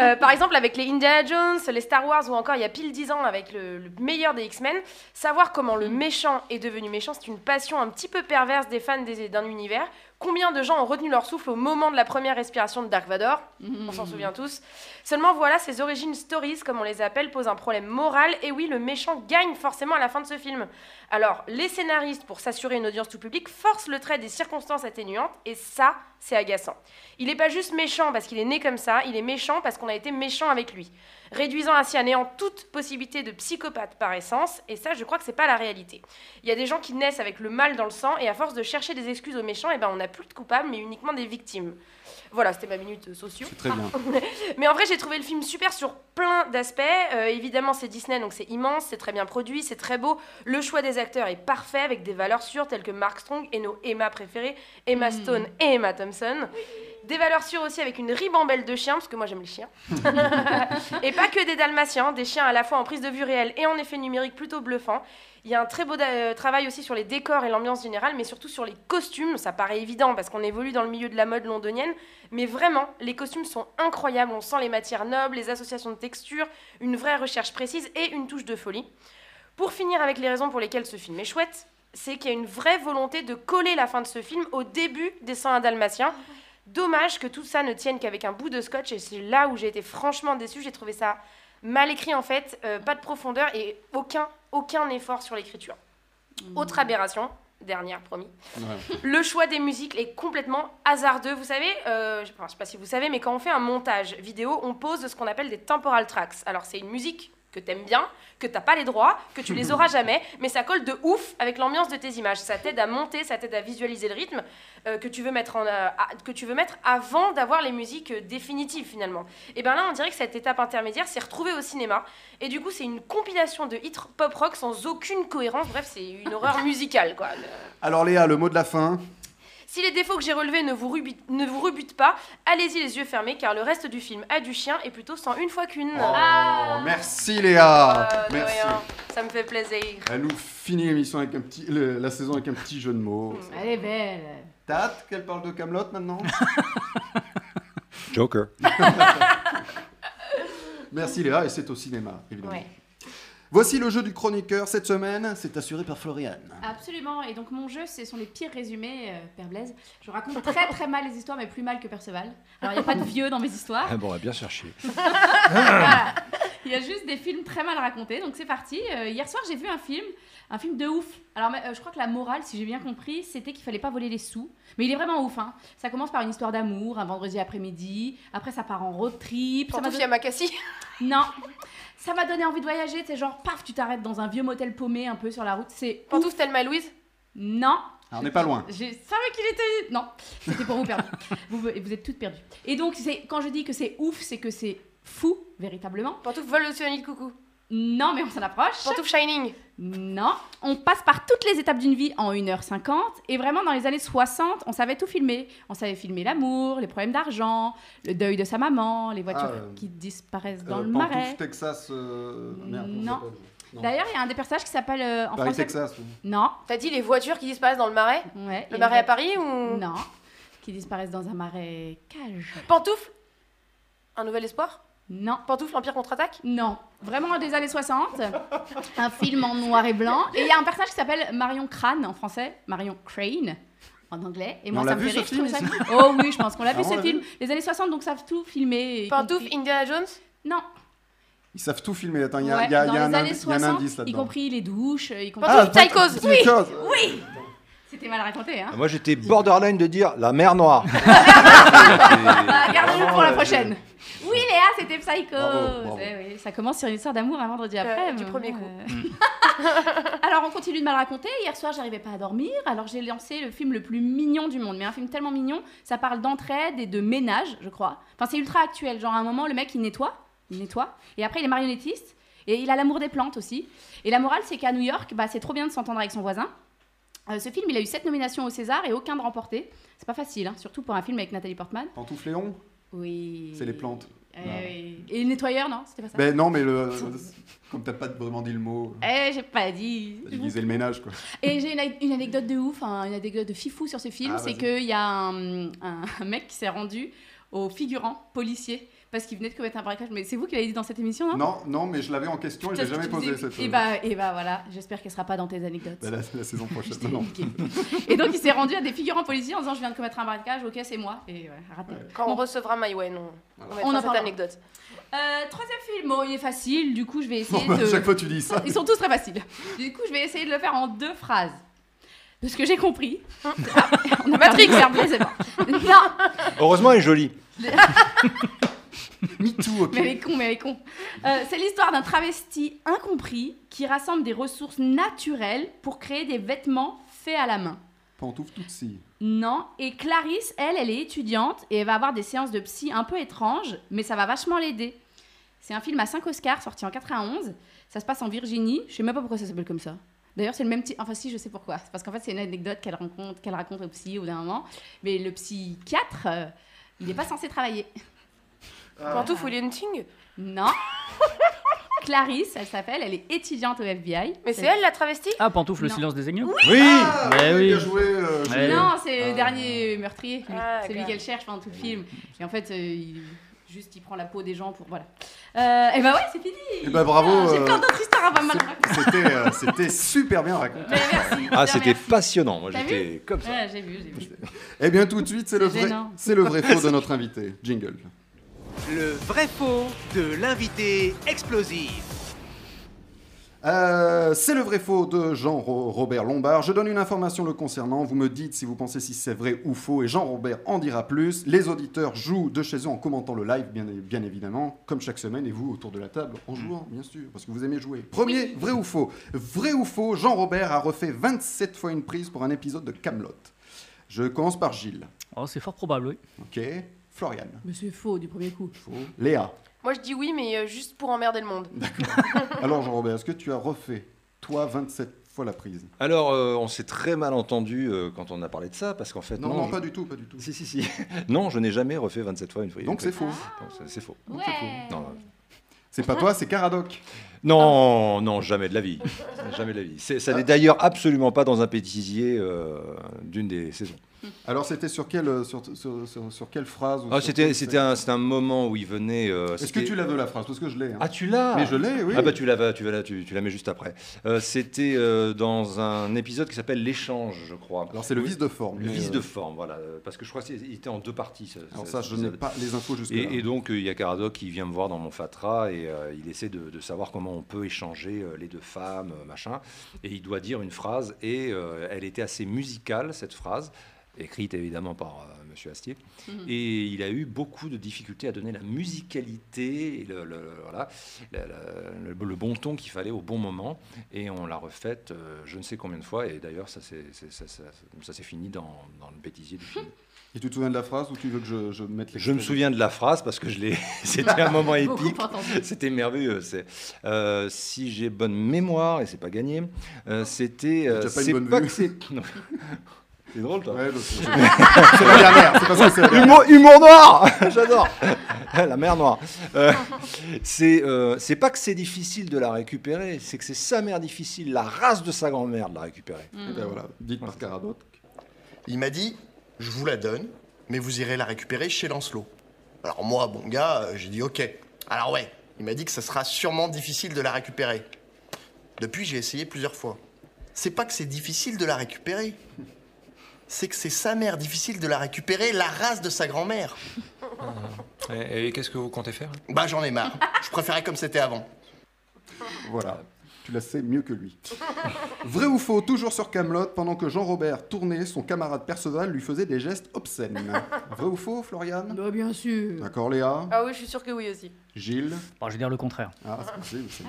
[SPEAKER 4] Euh, par exemple, avec les Indiana Jones, les Star Wars ou encore il y a pile 10 ans avec le, le meilleur des X-Men, savoir comment le méchant est devenu méchant, c'est une passion un petit peu perverse des fans des- d'un univers Combien de gens ont retenu leur souffle au moment de la première respiration de Dark Vador
[SPEAKER 8] Mmh. Mm.
[SPEAKER 4] On s'en souvient tous. Seulement voilà, ces origines stories, comme on les appelle, posent un problème moral. Et oui, le méchant gagne forcément à la fin de ce film. Alors, les scénaristes, pour s'assurer une audience tout public, forcent le trait des circonstances atténuantes. Et ça, c'est agaçant. Il n'est pas juste méchant parce qu'il est né comme ça, il est méchant parce qu'on a été méchant avec lui. Réduisant ainsi à néant toute possibilité de psychopathe par essence. Et ça, je crois que c'est pas la réalité. Il y a des gens qui naissent avec le mal dans le sang. Et à force de chercher des excuses aux méchants, eh ben, on n'a plus de coupables, mais uniquement des victimes. Voilà, c'était ma minute euh, socio.
[SPEAKER 2] Très bien.
[SPEAKER 4] Mais en vrai, j'ai trouvé le film super sur plein d'aspects. Euh, évidemment, c'est Disney, donc c'est immense, c'est très bien produit, c'est très beau. Le choix des acteurs est parfait, avec des valeurs sûres telles que Mark Strong et nos Emma préférées, Emma Stone et Emma Thompson. Des valeurs sûres aussi avec une ribambelle de chiens, parce que moi j'aime les chiens. et pas que des dalmatiens, des chiens à la fois en prise de vue réelle et en effet numérique plutôt bluffant. Il y a un très beau da- euh, travail aussi sur les décors et l'ambiance générale, mais surtout sur les costumes. Ça paraît évident parce qu'on évolue dans le milieu de la mode londonienne, mais vraiment, les costumes sont incroyables. On sent les matières nobles, les associations de textures, une vraie recherche précise et une touche de folie. Pour finir avec les raisons pour lesquelles ce film est chouette, c'est qu'il y a une vraie volonté de coller la fin de ce film au début des 101 Dalmatiens. Dommage que tout ça ne tienne qu'avec un bout de scotch et c'est là où j'ai été franchement déçue. J'ai trouvé ça mal écrit en fait, euh, pas de profondeur et aucun, aucun effort sur l'écriture. Autre aberration, dernière promis. Le choix des musiques est complètement hasardeux. Vous savez, euh, je ne sais pas si vous savez, mais quand on fait un montage vidéo, on pose ce qu'on appelle des temporal tracks. Alors, c'est une musique que t'aimes bien, que t'as pas les droits, que tu les auras jamais, mais ça colle de ouf avec l'ambiance de tes images. Ça t'aide à monter, ça t'aide à visualiser le rythme euh, que, tu veux mettre en, euh, à- que tu veux mettre avant d'avoir les musiques euh, définitives finalement. Et bien là, on dirait que cette étape intermédiaire s'est retrouvée au cinéma, et du coup, c'est une compilation de hits pop-rock sans aucune cohérence. Bref, c'est une horreur musicale, quoi.
[SPEAKER 2] Alors Léa, le mot de la fin.
[SPEAKER 4] Si les défauts que j'ai relevés ne vous, rubi- ne vous rebutent pas, allez-y les yeux fermés car le reste du film a du chien et plutôt sans une fois qu'une.
[SPEAKER 2] Oh, merci Léa.
[SPEAKER 4] Ah. Euh, de
[SPEAKER 2] merci.
[SPEAKER 4] rien. Ça me fait plaisir.
[SPEAKER 2] Elle nous finit l'émission avec un petit, le- la saison avec un petit jeu de mots.
[SPEAKER 8] Elle est belle.
[SPEAKER 2] T'as hâte qu'elle parle de Camelot
[SPEAKER 8] (laughs)
[SPEAKER 2] maintenant
[SPEAKER 5] Joker.
[SPEAKER 2] Merci Léa, et c'est au cinéma, évidemment.
[SPEAKER 8] Ouais.
[SPEAKER 2] Voici le jeu du chroniqueur cette semaine, c'est assuré par Floriane.
[SPEAKER 8] Absolument. Et donc mon jeu, ce sont les pires résumés, euh, Père Blaise. Je raconte très très mal les histoires, mais plus mal que Perceval. Alors il n'y a pas
[SPEAKER 4] (laughs)
[SPEAKER 8] de vieux dans mes histoires.
[SPEAKER 5] Ah bon, on va bien chercher.
[SPEAKER 8] Voilà. Il y a juste des films très mal racontés, donc c'est parti. Euh, hier soir, j'ai vu un film, un film de ouf. Alors, mais, euh, je crois que la morale, si j'ai bien compris, c'était qu'il fallait pas voler les sous. Mais il est vraiment ouf. hein. Ça commence par une histoire d'amour, un vendredi après-midi. Après, ça part en road trip. Ça m'a (laughs)
[SPEAKER 4] Pantoufle Yamakasi
[SPEAKER 8] Non. Ça m'a donné envie de voyager. C'est genre, paf, tu t'arrêtes dans un vieux motel paumé un peu sur la route. C'est.
[SPEAKER 4] Pantouf Thelma et Louise
[SPEAKER 8] Non.
[SPEAKER 2] Ah, on n'est pas loin.
[SPEAKER 8] J'ai savais qu'il était. Non, c'était pour vous perdre. vous, vous êtes toutes perdues. Et donc, c'est- quand je dis que c'est ouf, c'est que c'est fou, véritablement.
[SPEAKER 4] Pantouf vole le Sonic coucou.
[SPEAKER 8] Non, mais on s'en approche.
[SPEAKER 4] Pantouf Shining.
[SPEAKER 8] Non, on passe par toutes les étapes d'une vie en 1h50 et vraiment dans les années 60, on savait tout filmer. On savait filmer l'amour, les problèmes d'argent, le deuil de sa maman, les voitures
[SPEAKER 2] Ah, euh,
[SPEAKER 8] qui disparaissent dans
[SPEAKER 2] Euh,
[SPEAKER 8] le
[SPEAKER 2] Pantoufle
[SPEAKER 8] marais. Mm,
[SPEAKER 2] Texas. euh, merde, comment
[SPEAKER 8] Non.
[SPEAKER 2] ça s'appelle Non.
[SPEAKER 8] D'ailleurs, il y a un des personnages qui s'appelle euh, en
[SPEAKER 2] Paris,
[SPEAKER 8] français
[SPEAKER 2] Texas. oui.
[SPEAKER 8] Non,
[SPEAKER 4] T'as dit les voitures qui disparaissent dans le marais
[SPEAKER 8] ouais. il y
[SPEAKER 4] Le
[SPEAKER 8] a-
[SPEAKER 4] marais à Paris ou
[SPEAKER 8] Non, qui disparaissent dans un marais cage.
[SPEAKER 4] Pantouf Un nouvel espoir
[SPEAKER 8] Non.
[SPEAKER 4] Pantouf l'Empire contre-attaque
[SPEAKER 8] Non, vraiment des années 60, un film en noir et blanc. Et il y a un personnage qui s'appelle Marion Crane en français, Marion Crane en anglais. Et
[SPEAKER 2] Mais
[SPEAKER 8] moi,
[SPEAKER 2] on
[SPEAKER 8] ça
[SPEAKER 2] l'a
[SPEAKER 8] me
[SPEAKER 2] vu,
[SPEAKER 8] fait rire,
[SPEAKER 2] ce
[SPEAKER 8] je trouve
[SPEAKER 2] film,
[SPEAKER 8] ça- Oh oui, je pense qu'on l'a
[SPEAKER 2] Ah,
[SPEAKER 8] vu
[SPEAKER 2] on
[SPEAKER 8] ce
[SPEAKER 2] l'a
[SPEAKER 8] film. Les années 60, donc savent tout filmer. et
[SPEAKER 4] Pantouf
[SPEAKER 8] compris-
[SPEAKER 4] Indiana Jones
[SPEAKER 8] Non,
[SPEAKER 2] Ils savent tout filmer. Attends, il y a,
[SPEAKER 8] ouais,
[SPEAKER 2] il y a-
[SPEAKER 8] dans
[SPEAKER 2] il y a un,
[SPEAKER 8] les
[SPEAKER 2] indi-
[SPEAKER 8] années
[SPEAKER 2] il y a un
[SPEAKER 8] 60,
[SPEAKER 2] indice
[SPEAKER 8] y
[SPEAKER 2] là-dedans. Ah,
[SPEAKER 8] compris les douches, y compris.
[SPEAKER 4] Pantouf
[SPEAKER 2] Pat-
[SPEAKER 4] Psychose
[SPEAKER 2] Pat-
[SPEAKER 4] Oui
[SPEAKER 2] Psychose.
[SPEAKER 8] Oui C'était mal raconté, hein.
[SPEAKER 5] Ah, Moi, j'étais borderline de dire la mer noire.
[SPEAKER 8] Bah, Gardons-le pour la
[SPEAKER 5] vraiment,
[SPEAKER 8] prochaine. Oui, Léa, c'était Psycho.
[SPEAKER 5] Bravo, bravo.
[SPEAKER 8] Eh oui, ça commence sur une histoire d'amour un vendredi après.
[SPEAKER 4] du
[SPEAKER 8] mais
[SPEAKER 4] premier
[SPEAKER 8] bon,
[SPEAKER 4] coup.
[SPEAKER 8] euh. (laughs) alors, on continue de mal raconter. Hier soir, j'arrivais pas à dormir. Alors, j'ai lancé le film le plus mignon du monde. Mais un film tellement mignon, ça parle d'entraide et de ménage, je crois. Enfin, c'est ultra actuel. Genre, à un moment, le mec, il nettoie. Il nettoie. Et après, il est marionnettiste. Et il a l'amour des plantes aussi. Et la morale, c'est qu'à New York, bah, c'est trop bien de s'entendre avec son voisin. Euh, ce film, il a eu 7 nominations au César et aucun de remporté. C'est pas facile, hein, surtout pour un film avec Nathalie Portman.
[SPEAKER 2] Pantoufle Léon
[SPEAKER 8] Oui.
[SPEAKER 2] C'est les plantes. Ah. Ben,
[SPEAKER 8] Eh
[SPEAKER 2] Non.
[SPEAKER 8] oui. Et le nettoyeur, non C'était pas ça
[SPEAKER 2] Ben non, mais le. Comme t'as pas vraiment dit le mot, euh,
[SPEAKER 8] Eh, j'ai pas dit.
[SPEAKER 2] t'as divisé le ménage quoi.
[SPEAKER 8] Et j'ai une, une anecdote de ouf, hein, une anecdote de fifou sur ce film,
[SPEAKER 2] Ah,
[SPEAKER 8] c'est
[SPEAKER 2] vas-y.
[SPEAKER 8] qu'il y a un, un- un mec qui s'est rendu au figurant policier parce qu'il venait de commettre un braquage. Mais c'est vous qui l'avez dit dans cette émission, hein? non
[SPEAKER 2] Non, non, mais je l'avais en question et je l'ai jamais posé cette
[SPEAKER 8] Et
[SPEAKER 2] euh, Ben,
[SPEAKER 8] bah, et bah voilà, j'espère qu'elle sera pas dans tes anecdotes.
[SPEAKER 2] Bah, la, la-
[SPEAKER 8] (laughs)
[SPEAKER 2] la saison prochaine. Non, non.
[SPEAKER 8] Et donc il s'est rendu à des figurants policiers en disant je viens de commettre un braquage, ok c'est moi. Et ouais, raté.
[SPEAKER 4] Quand on recevra My Way, on, on mettra
[SPEAKER 8] On en
[SPEAKER 4] cette
[SPEAKER 8] parlera.
[SPEAKER 4] anecdote.
[SPEAKER 8] Euh, troisième film, bon, il est facile, du coup je vais essayer
[SPEAKER 2] Bon, bah,
[SPEAKER 8] de...
[SPEAKER 2] à chaque fois tu
[SPEAKER 8] (laughs)
[SPEAKER 2] dis ça.
[SPEAKER 8] Ah, Ils sont tous très faciles. Du coup je vais essayer de le faire en deux phrases. De ce que j'ai compris. Ah, on a Matrix, c'est bon. Non,
[SPEAKER 5] Heureusement, elle est jolie.
[SPEAKER 2] MeToo, ok.
[SPEAKER 8] mais elle est con, mais elle est con. Euh, c'est l'histoire d'un travesti incompris qui rassemble des ressources naturelles pour créer des vêtements faits à la main.
[SPEAKER 2] Pantoufle Tutsi.
[SPEAKER 8] Non, et Clarisse, elle, elle est étudiante et elle va avoir des séances de psy un peu étranges, mais ça va vachement l'aider. C'est un film à 5 Oscars sorti en 91. Ça se passe en Virginie. Je sais même pas pourquoi ça s'appelle comme ça. D'ailleurs, c'est le même titre. Enfin, si, je sais pourquoi. C'est parce qu'en fait, c'est une anecdote qu'elle rencontre, qu'elle raconte au psy au bout d'un moment. Mais le psychiatre, euh, il n'est pas censé travailler.
[SPEAKER 4] Pantouf ou Hunting
[SPEAKER 8] Non. (laughs) Clarisse, elle s'appelle. Elle est étudiante au FBI.
[SPEAKER 4] Mais c'est elle la travestie
[SPEAKER 3] Ah, pantoufle, le
[SPEAKER 8] Non.
[SPEAKER 3] silence des agneaux
[SPEAKER 5] Oui
[SPEAKER 2] Ah,
[SPEAKER 3] Mais Eh oui.
[SPEAKER 2] bien joué. euh,
[SPEAKER 3] Ouais. Elle-
[SPEAKER 8] Non, c'est le dernier meurtrier, lui.
[SPEAKER 4] Ah,
[SPEAKER 8] celui
[SPEAKER 4] d'accord.
[SPEAKER 8] qu'elle cherche pendant tout le film. Et en fait, euh, il- juste il prend la peau des gens pour. Voilà. Euh, et bah ouais, c'est fini Ah,
[SPEAKER 2] Eh ben, bravo,
[SPEAKER 8] J'ai
[SPEAKER 2] euh,
[SPEAKER 8] plein d'autres histoires à pas mal raconter.
[SPEAKER 2] C'était euh, c'était super bien raconté.
[SPEAKER 8] (laughs) Mais merci
[SPEAKER 5] Ah,
[SPEAKER 8] bien,
[SPEAKER 5] c'était
[SPEAKER 8] merci.
[SPEAKER 5] passionnant. Moi,
[SPEAKER 8] T'as
[SPEAKER 5] j'étais comme ça.
[SPEAKER 8] Ouais, j'ai vu, j'ai vu.
[SPEAKER 2] Eh bien, tout de suite, c'est le
[SPEAKER 8] C'est
[SPEAKER 2] vrai,
[SPEAKER 8] gênant.
[SPEAKER 2] c'est le vrai faux de notre invité. Jingle.
[SPEAKER 1] Le vrai faux de l'invité explosif.
[SPEAKER 2] Euh, c'est le vrai faux de Jean-Robert Lombard. Je donne une information le concernant. Vous me dites si vous pensez si c'est vrai ou faux. Et Jean-Robert en dira plus. Les auditeurs jouent de chez eux en commentant le live, bien, bien évidemment, comme chaque semaine. Et vous, autour de la table, en jouant, bien sûr, parce que vous aimez jouer. Premier, vrai ou faux Vrai ou faux Jean-Robert a refait 27 fois une prise pour un épisode de Camelot. Je commence par Gilles.
[SPEAKER 3] Oh, c'est fort probable, oui.
[SPEAKER 2] Ok. Florian.
[SPEAKER 8] Mais c'est faux du premier coup.
[SPEAKER 2] Faux. Léa.
[SPEAKER 4] Moi je dis oui, mais euh, juste pour emmerder le monde.
[SPEAKER 2] Alors Jean-Robert, est-ce que tu as refait, toi, 27 fois la prise
[SPEAKER 5] Alors, euh, on s'est très mal entendu euh, quand on a parlé de ça, parce qu'en fait,
[SPEAKER 2] Non, non,
[SPEAKER 5] je-
[SPEAKER 2] pas du tout, pas du tout.
[SPEAKER 5] Si, si, si. (laughs) non, je n'ai jamais refait 27 fois une fois.
[SPEAKER 2] Donc c'est faux.
[SPEAKER 5] Non, c'est- C'est faux.
[SPEAKER 8] Ouais
[SPEAKER 5] Non,
[SPEAKER 2] C'est pas toi, c'est Caradoc. Ah.
[SPEAKER 5] Non, non, jamais de la
[SPEAKER 2] (laughs)
[SPEAKER 5] vie. jamais de la vie. C'est- Ça n'est d'ailleurs absolument pas dans un pétisier euh, d'une des saisons.
[SPEAKER 2] Alors c'était sur quelle, euh, sur, sur- sur- sur quelle phrase ou
[SPEAKER 5] Ah,
[SPEAKER 2] sur
[SPEAKER 5] c'était
[SPEAKER 2] quel
[SPEAKER 5] c'était un, c'était un moment où il venait. euh,
[SPEAKER 2] Est-ce que
[SPEAKER 5] c'était-
[SPEAKER 2] tu l'as de la phrase Parce que je l'ai. hein.
[SPEAKER 5] Ah, tu l'as
[SPEAKER 2] Mais je l'ai, oui.
[SPEAKER 5] Ah, bah tu la, vas- tu, vas la, tu, tu la mets juste après. Euh, c'était euh, dans un épisode qui s'appelle L'échange, je crois.
[SPEAKER 2] Alors c'est le
[SPEAKER 5] Oui.
[SPEAKER 2] vice de forme.
[SPEAKER 5] Le
[SPEAKER 2] mais,
[SPEAKER 5] vice
[SPEAKER 2] euh,
[SPEAKER 5] de forme, voilà. euh, Parce que je crois qu'il était en deux parties. ce-
[SPEAKER 2] Alors
[SPEAKER 5] ce-
[SPEAKER 2] ça,
[SPEAKER 5] cet
[SPEAKER 2] je n'ai
[SPEAKER 5] épisode.
[SPEAKER 2] pas les infos jusque-là.
[SPEAKER 5] Et, et donc, euh, il y a Caradoc qui vient me voir dans mon fatra et euh, il essaie de, de savoir comment on peut échanger euh, les deux femmes, euh, machin. Et il doit dire une phrase et euh, elle était assez musicale, cette phrase, écrite évidemment par euh, Monsieur Astier. Et il a eu beaucoup de difficultés à donner la musicalité, et le, le- voilà, la- la- le- le bon ton qu'il fallait au bon moment. Et on l'a refaite euh, je ne sais combien de fois. Et d'ailleurs, ça s'est c'est- ça- ça- ça s'est fini dans, dans le bêtisier du film.
[SPEAKER 2] Et tu te souviens de la phrase ou tu veux que je, je mette les
[SPEAKER 5] Je me souviens de la phrase parce que je l'ai. (laughs) C'était un moment
[SPEAKER 8] Beaucoup
[SPEAKER 5] épique.
[SPEAKER 8] entendu.
[SPEAKER 5] C'était merveilleux. C'est euh, si j'ai bonne mémoire et c'est pas gagné. euh, c'était. euh,
[SPEAKER 2] T'as pas une
[SPEAKER 5] c'est
[SPEAKER 2] bonne
[SPEAKER 5] pas
[SPEAKER 2] vue.
[SPEAKER 5] que
[SPEAKER 2] (laughs)
[SPEAKER 5] c'est. Non. (laughs) C'est drôle toi.
[SPEAKER 2] Ouais, je- je- c'est la dernière, c'est pas ça, c'est la dernière.
[SPEAKER 5] Humour, humour
[SPEAKER 2] (laughs)
[SPEAKER 5] noir, j'adore. (laughs) la mer noire. Euh, c'est euh, c'est pas que c'est difficile de la récupérer, c'est que c'est sa mère difficile, la race de sa grand-mère de la récupérer.
[SPEAKER 2] Eh ben voilà, dites par Caradoc.
[SPEAKER 11] Il m'a dit Je vous la donne, mais vous irez la récupérer chez Lancelot. Alors, moi, bon gars, euh, j'ai dit Ok. Alors, ouais, il m'a dit que ça sera sûrement difficile de la récupérer. Depuis, j'ai essayé plusieurs fois. C'est pas que c'est difficile de la récupérer. C'est que c'est sa mère difficile de la récupérer, la race de sa grand-mère.
[SPEAKER 7] Euh, Et, qu'est-ce que vous comptez faire
[SPEAKER 11] Bah, j'en ai marre. Je préférais comme c'était avant.
[SPEAKER 2] Voilà. Tu la sais mieux que lui. Vrai ou faux, toujours sur Camelot, pendant que Jean-Robert tournait, son camarade Perceval lui faisait des gestes obscènes. Vrai ou faux, Florian
[SPEAKER 8] Bah, bien sûr.
[SPEAKER 2] D'accord, Léa
[SPEAKER 4] Ah oui, je suis sûre que oui aussi.
[SPEAKER 2] Gilles
[SPEAKER 3] Bon, je vais dire le contraire.
[SPEAKER 2] Ah, c'est possible. c'est-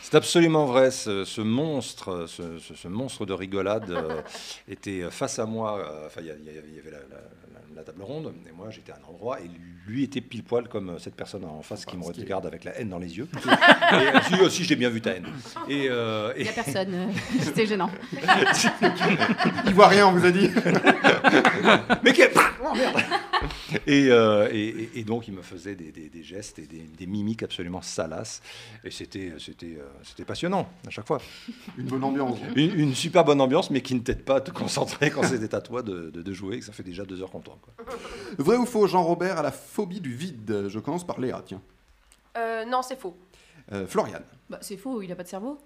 [SPEAKER 5] C'est absolument vrai. Ce, ce monstre, ce, ce- ce monstre de rigolade euh, était face à moi. euh, Enfin, il y, a- il y a- il y avait la, la- la- la table ronde, et moi j'étais à un endroit, et lui était pile poil comme euh, cette personne en face qui me
[SPEAKER 2] Parce qu'il-
[SPEAKER 5] regarde avec la haine dans les yeux. et, euh, si, euh, si, j'ai bien vu ta haine. Et, euh, et- (laughs)
[SPEAKER 8] Il y a personne. euh, C'était gênant.
[SPEAKER 2] Il voit rien, on vous a dit.
[SPEAKER 8] Oh,
[SPEAKER 5] mais quel- (laughs) Et, euh, et- et- et donc, il me faisait des, des- des gestes et des, des mimiques absolument salaces. Et c'était c'était, euh, c'était passionnant à chaque fois.
[SPEAKER 2] (laughs) Une bonne ambiance. hein.
[SPEAKER 5] Une, une super bonne ambiance, mais qui ne t'aide pas à te concentrer quand c'était à toi de, de- de jouer et que ça fait déjà deux heures qu'on tourne. quoi.
[SPEAKER 2] Vrai ou faux, Jean-Robert a la phobie du vide. Je commence par Léa, tiens.
[SPEAKER 4] Euh, non, c'est faux.
[SPEAKER 2] Euh, Florian.
[SPEAKER 8] Bah, c'est faux, il a pas de cerveau.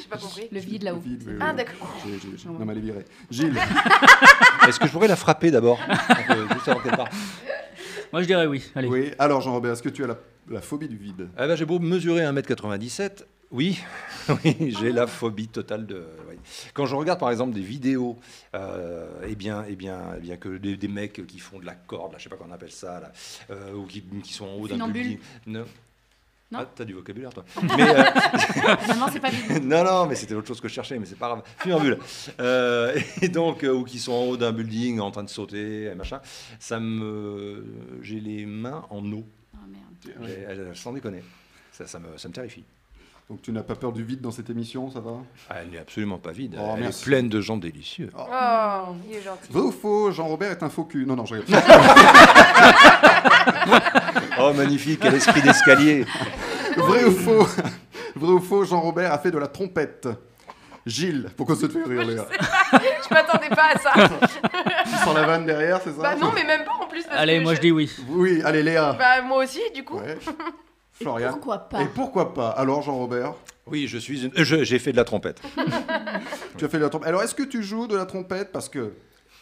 [SPEAKER 4] J'ai
[SPEAKER 8] (laughs)
[SPEAKER 4] pas compris.
[SPEAKER 8] Le vide là-haut.
[SPEAKER 2] Vide, oui, oui,
[SPEAKER 4] Ah,
[SPEAKER 2] oui.
[SPEAKER 4] d'accord.
[SPEAKER 2] J'ai- j'ai- j'ai- Non, mais elle est virée. Gilles.
[SPEAKER 5] Est-ce que je pourrais la frapper (laughs) d'abord Juste avant qu'elle parte.
[SPEAKER 3] Moi, je dirais oui. Allez.
[SPEAKER 2] Oui, alors Jean-Robert, est-ce que tu as la, la phobie du vide
[SPEAKER 5] Eh ben, j'ai beau mesurer 1m97, oui, (laughs) oui j'ai la phobie totale de. oui. Quand je regarde par exemple des vidéos, euh, eh bien, eh bien, eh bien que des, des mecs qui font de la corde, là, je sais pas comment on appelle ça, là, euh, ou qui, qui sont en haut d'un
[SPEAKER 8] Funambule.
[SPEAKER 5] building. Non.
[SPEAKER 8] Non.
[SPEAKER 5] Ah, t'as du vocabulaire, toi.
[SPEAKER 8] Maman, c'est pas
[SPEAKER 5] (laughs)
[SPEAKER 8] vide.
[SPEAKER 5] non, non, mais c'était autre chose que je cherchais, mais c'est pas grave. Funambule. Euh, (laughs) et donc, euh, ou qui sont en haut d'un building en train de sauter, et machin. Ça me. J'ai les mains en eau.
[SPEAKER 8] Oh merde.
[SPEAKER 5] J'ai- euh, Sans déconner. Ça, ça, me, ça me terrifie.
[SPEAKER 2] Donc tu n'as pas peur du vide dans cette émission, ça va
[SPEAKER 5] Ah, elle n'est absolument pas vide.
[SPEAKER 2] Oh,
[SPEAKER 5] elle
[SPEAKER 2] merci.
[SPEAKER 5] est pleine de gens délicieux.
[SPEAKER 4] Oh, il est gentil.
[SPEAKER 2] Vrai ou faux, Jean-Robert est un faux cul Non, non, je rigole.
[SPEAKER 4] (laughs)
[SPEAKER 5] Oh, magnifique, quel esprit d'escalier
[SPEAKER 2] Vrai ou faux (laughs) Vrai ou faux, Jean-Robert a fait de la trompette. Gilles, pourquoi ça te fait rire, Léa
[SPEAKER 4] Je m'attendais pas (laughs)
[SPEAKER 2] (laughs)
[SPEAKER 4] à ça.
[SPEAKER 2] Tu sens la vanne derrière, c'est ça
[SPEAKER 4] bah non, mais même pas en plus. parce
[SPEAKER 3] Allez,
[SPEAKER 4] que
[SPEAKER 3] moi, je dis oui.
[SPEAKER 2] Oui, allez, Léa.
[SPEAKER 4] Bah moi aussi, du coup.
[SPEAKER 2] Ouais. Florian.
[SPEAKER 8] Pourquoi pas
[SPEAKER 2] Et pourquoi pas Alors, Jean-Robert,
[SPEAKER 5] Oui, je suis une- euh, je- j'ai fait de la trompette.
[SPEAKER 2] tu as fait de la trompette. Alors, est-ce que tu joues de la trompette Parce que,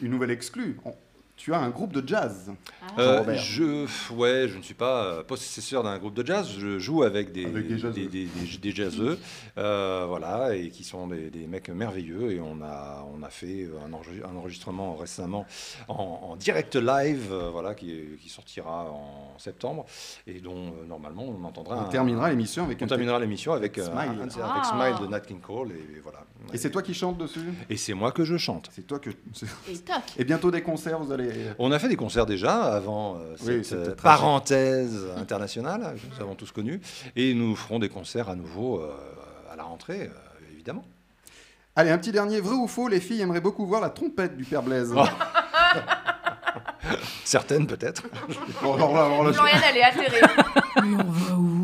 [SPEAKER 2] une nouvelle exclue, on- tu as un groupe de jazz.
[SPEAKER 5] Euh,
[SPEAKER 2] Jean-Robert.
[SPEAKER 5] je, ouais, je ne suis pas euh, possesseur d'un groupe de jazz. Je joue avec des,
[SPEAKER 2] Avec des jazzeux.
[SPEAKER 5] des, des- des- des jazzeux, euh, voilà, et qui sont des, des mecs merveilleux. Et on a, on a fait un, enregistre- un enregistrement récemment en, en direct live, euh, voilà, qui, est- qui sortira en septembre, et dont euh, normalement on entendra.
[SPEAKER 2] On
[SPEAKER 5] un-
[SPEAKER 2] terminera l'émission avec
[SPEAKER 5] On
[SPEAKER 2] un-
[SPEAKER 5] terminera l'émission avec euh,
[SPEAKER 2] Smile.
[SPEAKER 5] un- un-
[SPEAKER 8] Ah.
[SPEAKER 5] avec Smile de Nat King Cole, et, et voilà.
[SPEAKER 2] Et c'est toi qui chantes dessus
[SPEAKER 5] Et c'est moi que je chante.
[SPEAKER 2] C'est toi que. c'est-
[SPEAKER 8] Et toc.
[SPEAKER 2] (laughs) Et bientôt des concerts, vous allez.
[SPEAKER 5] On a fait des concerts déjà avant euh,
[SPEAKER 2] Oui,
[SPEAKER 5] cette
[SPEAKER 2] c'était
[SPEAKER 5] euh,
[SPEAKER 2] tragique.
[SPEAKER 5] parenthèse internationale que nous avons tous connue. Et nous ferons des concerts à nouveau euh, à la rentrée, euh, évidemment.
[SPEAKER 2] Allez, un petit dernier, vrai ou faux, les filles aimeraient beaucoup voir la trompette du père Blaise. (laughs)
[SPEAKER 5] Oh. Certaines peut-être.
[SPEAKER 2] Oh, alors là, alors là, je-
[SPEAKER 4] Florian, elle
[SPEAKER 3] (laughs)
[SPEAKER 4] est atterrée.
[SPEAKER 5] (laughs)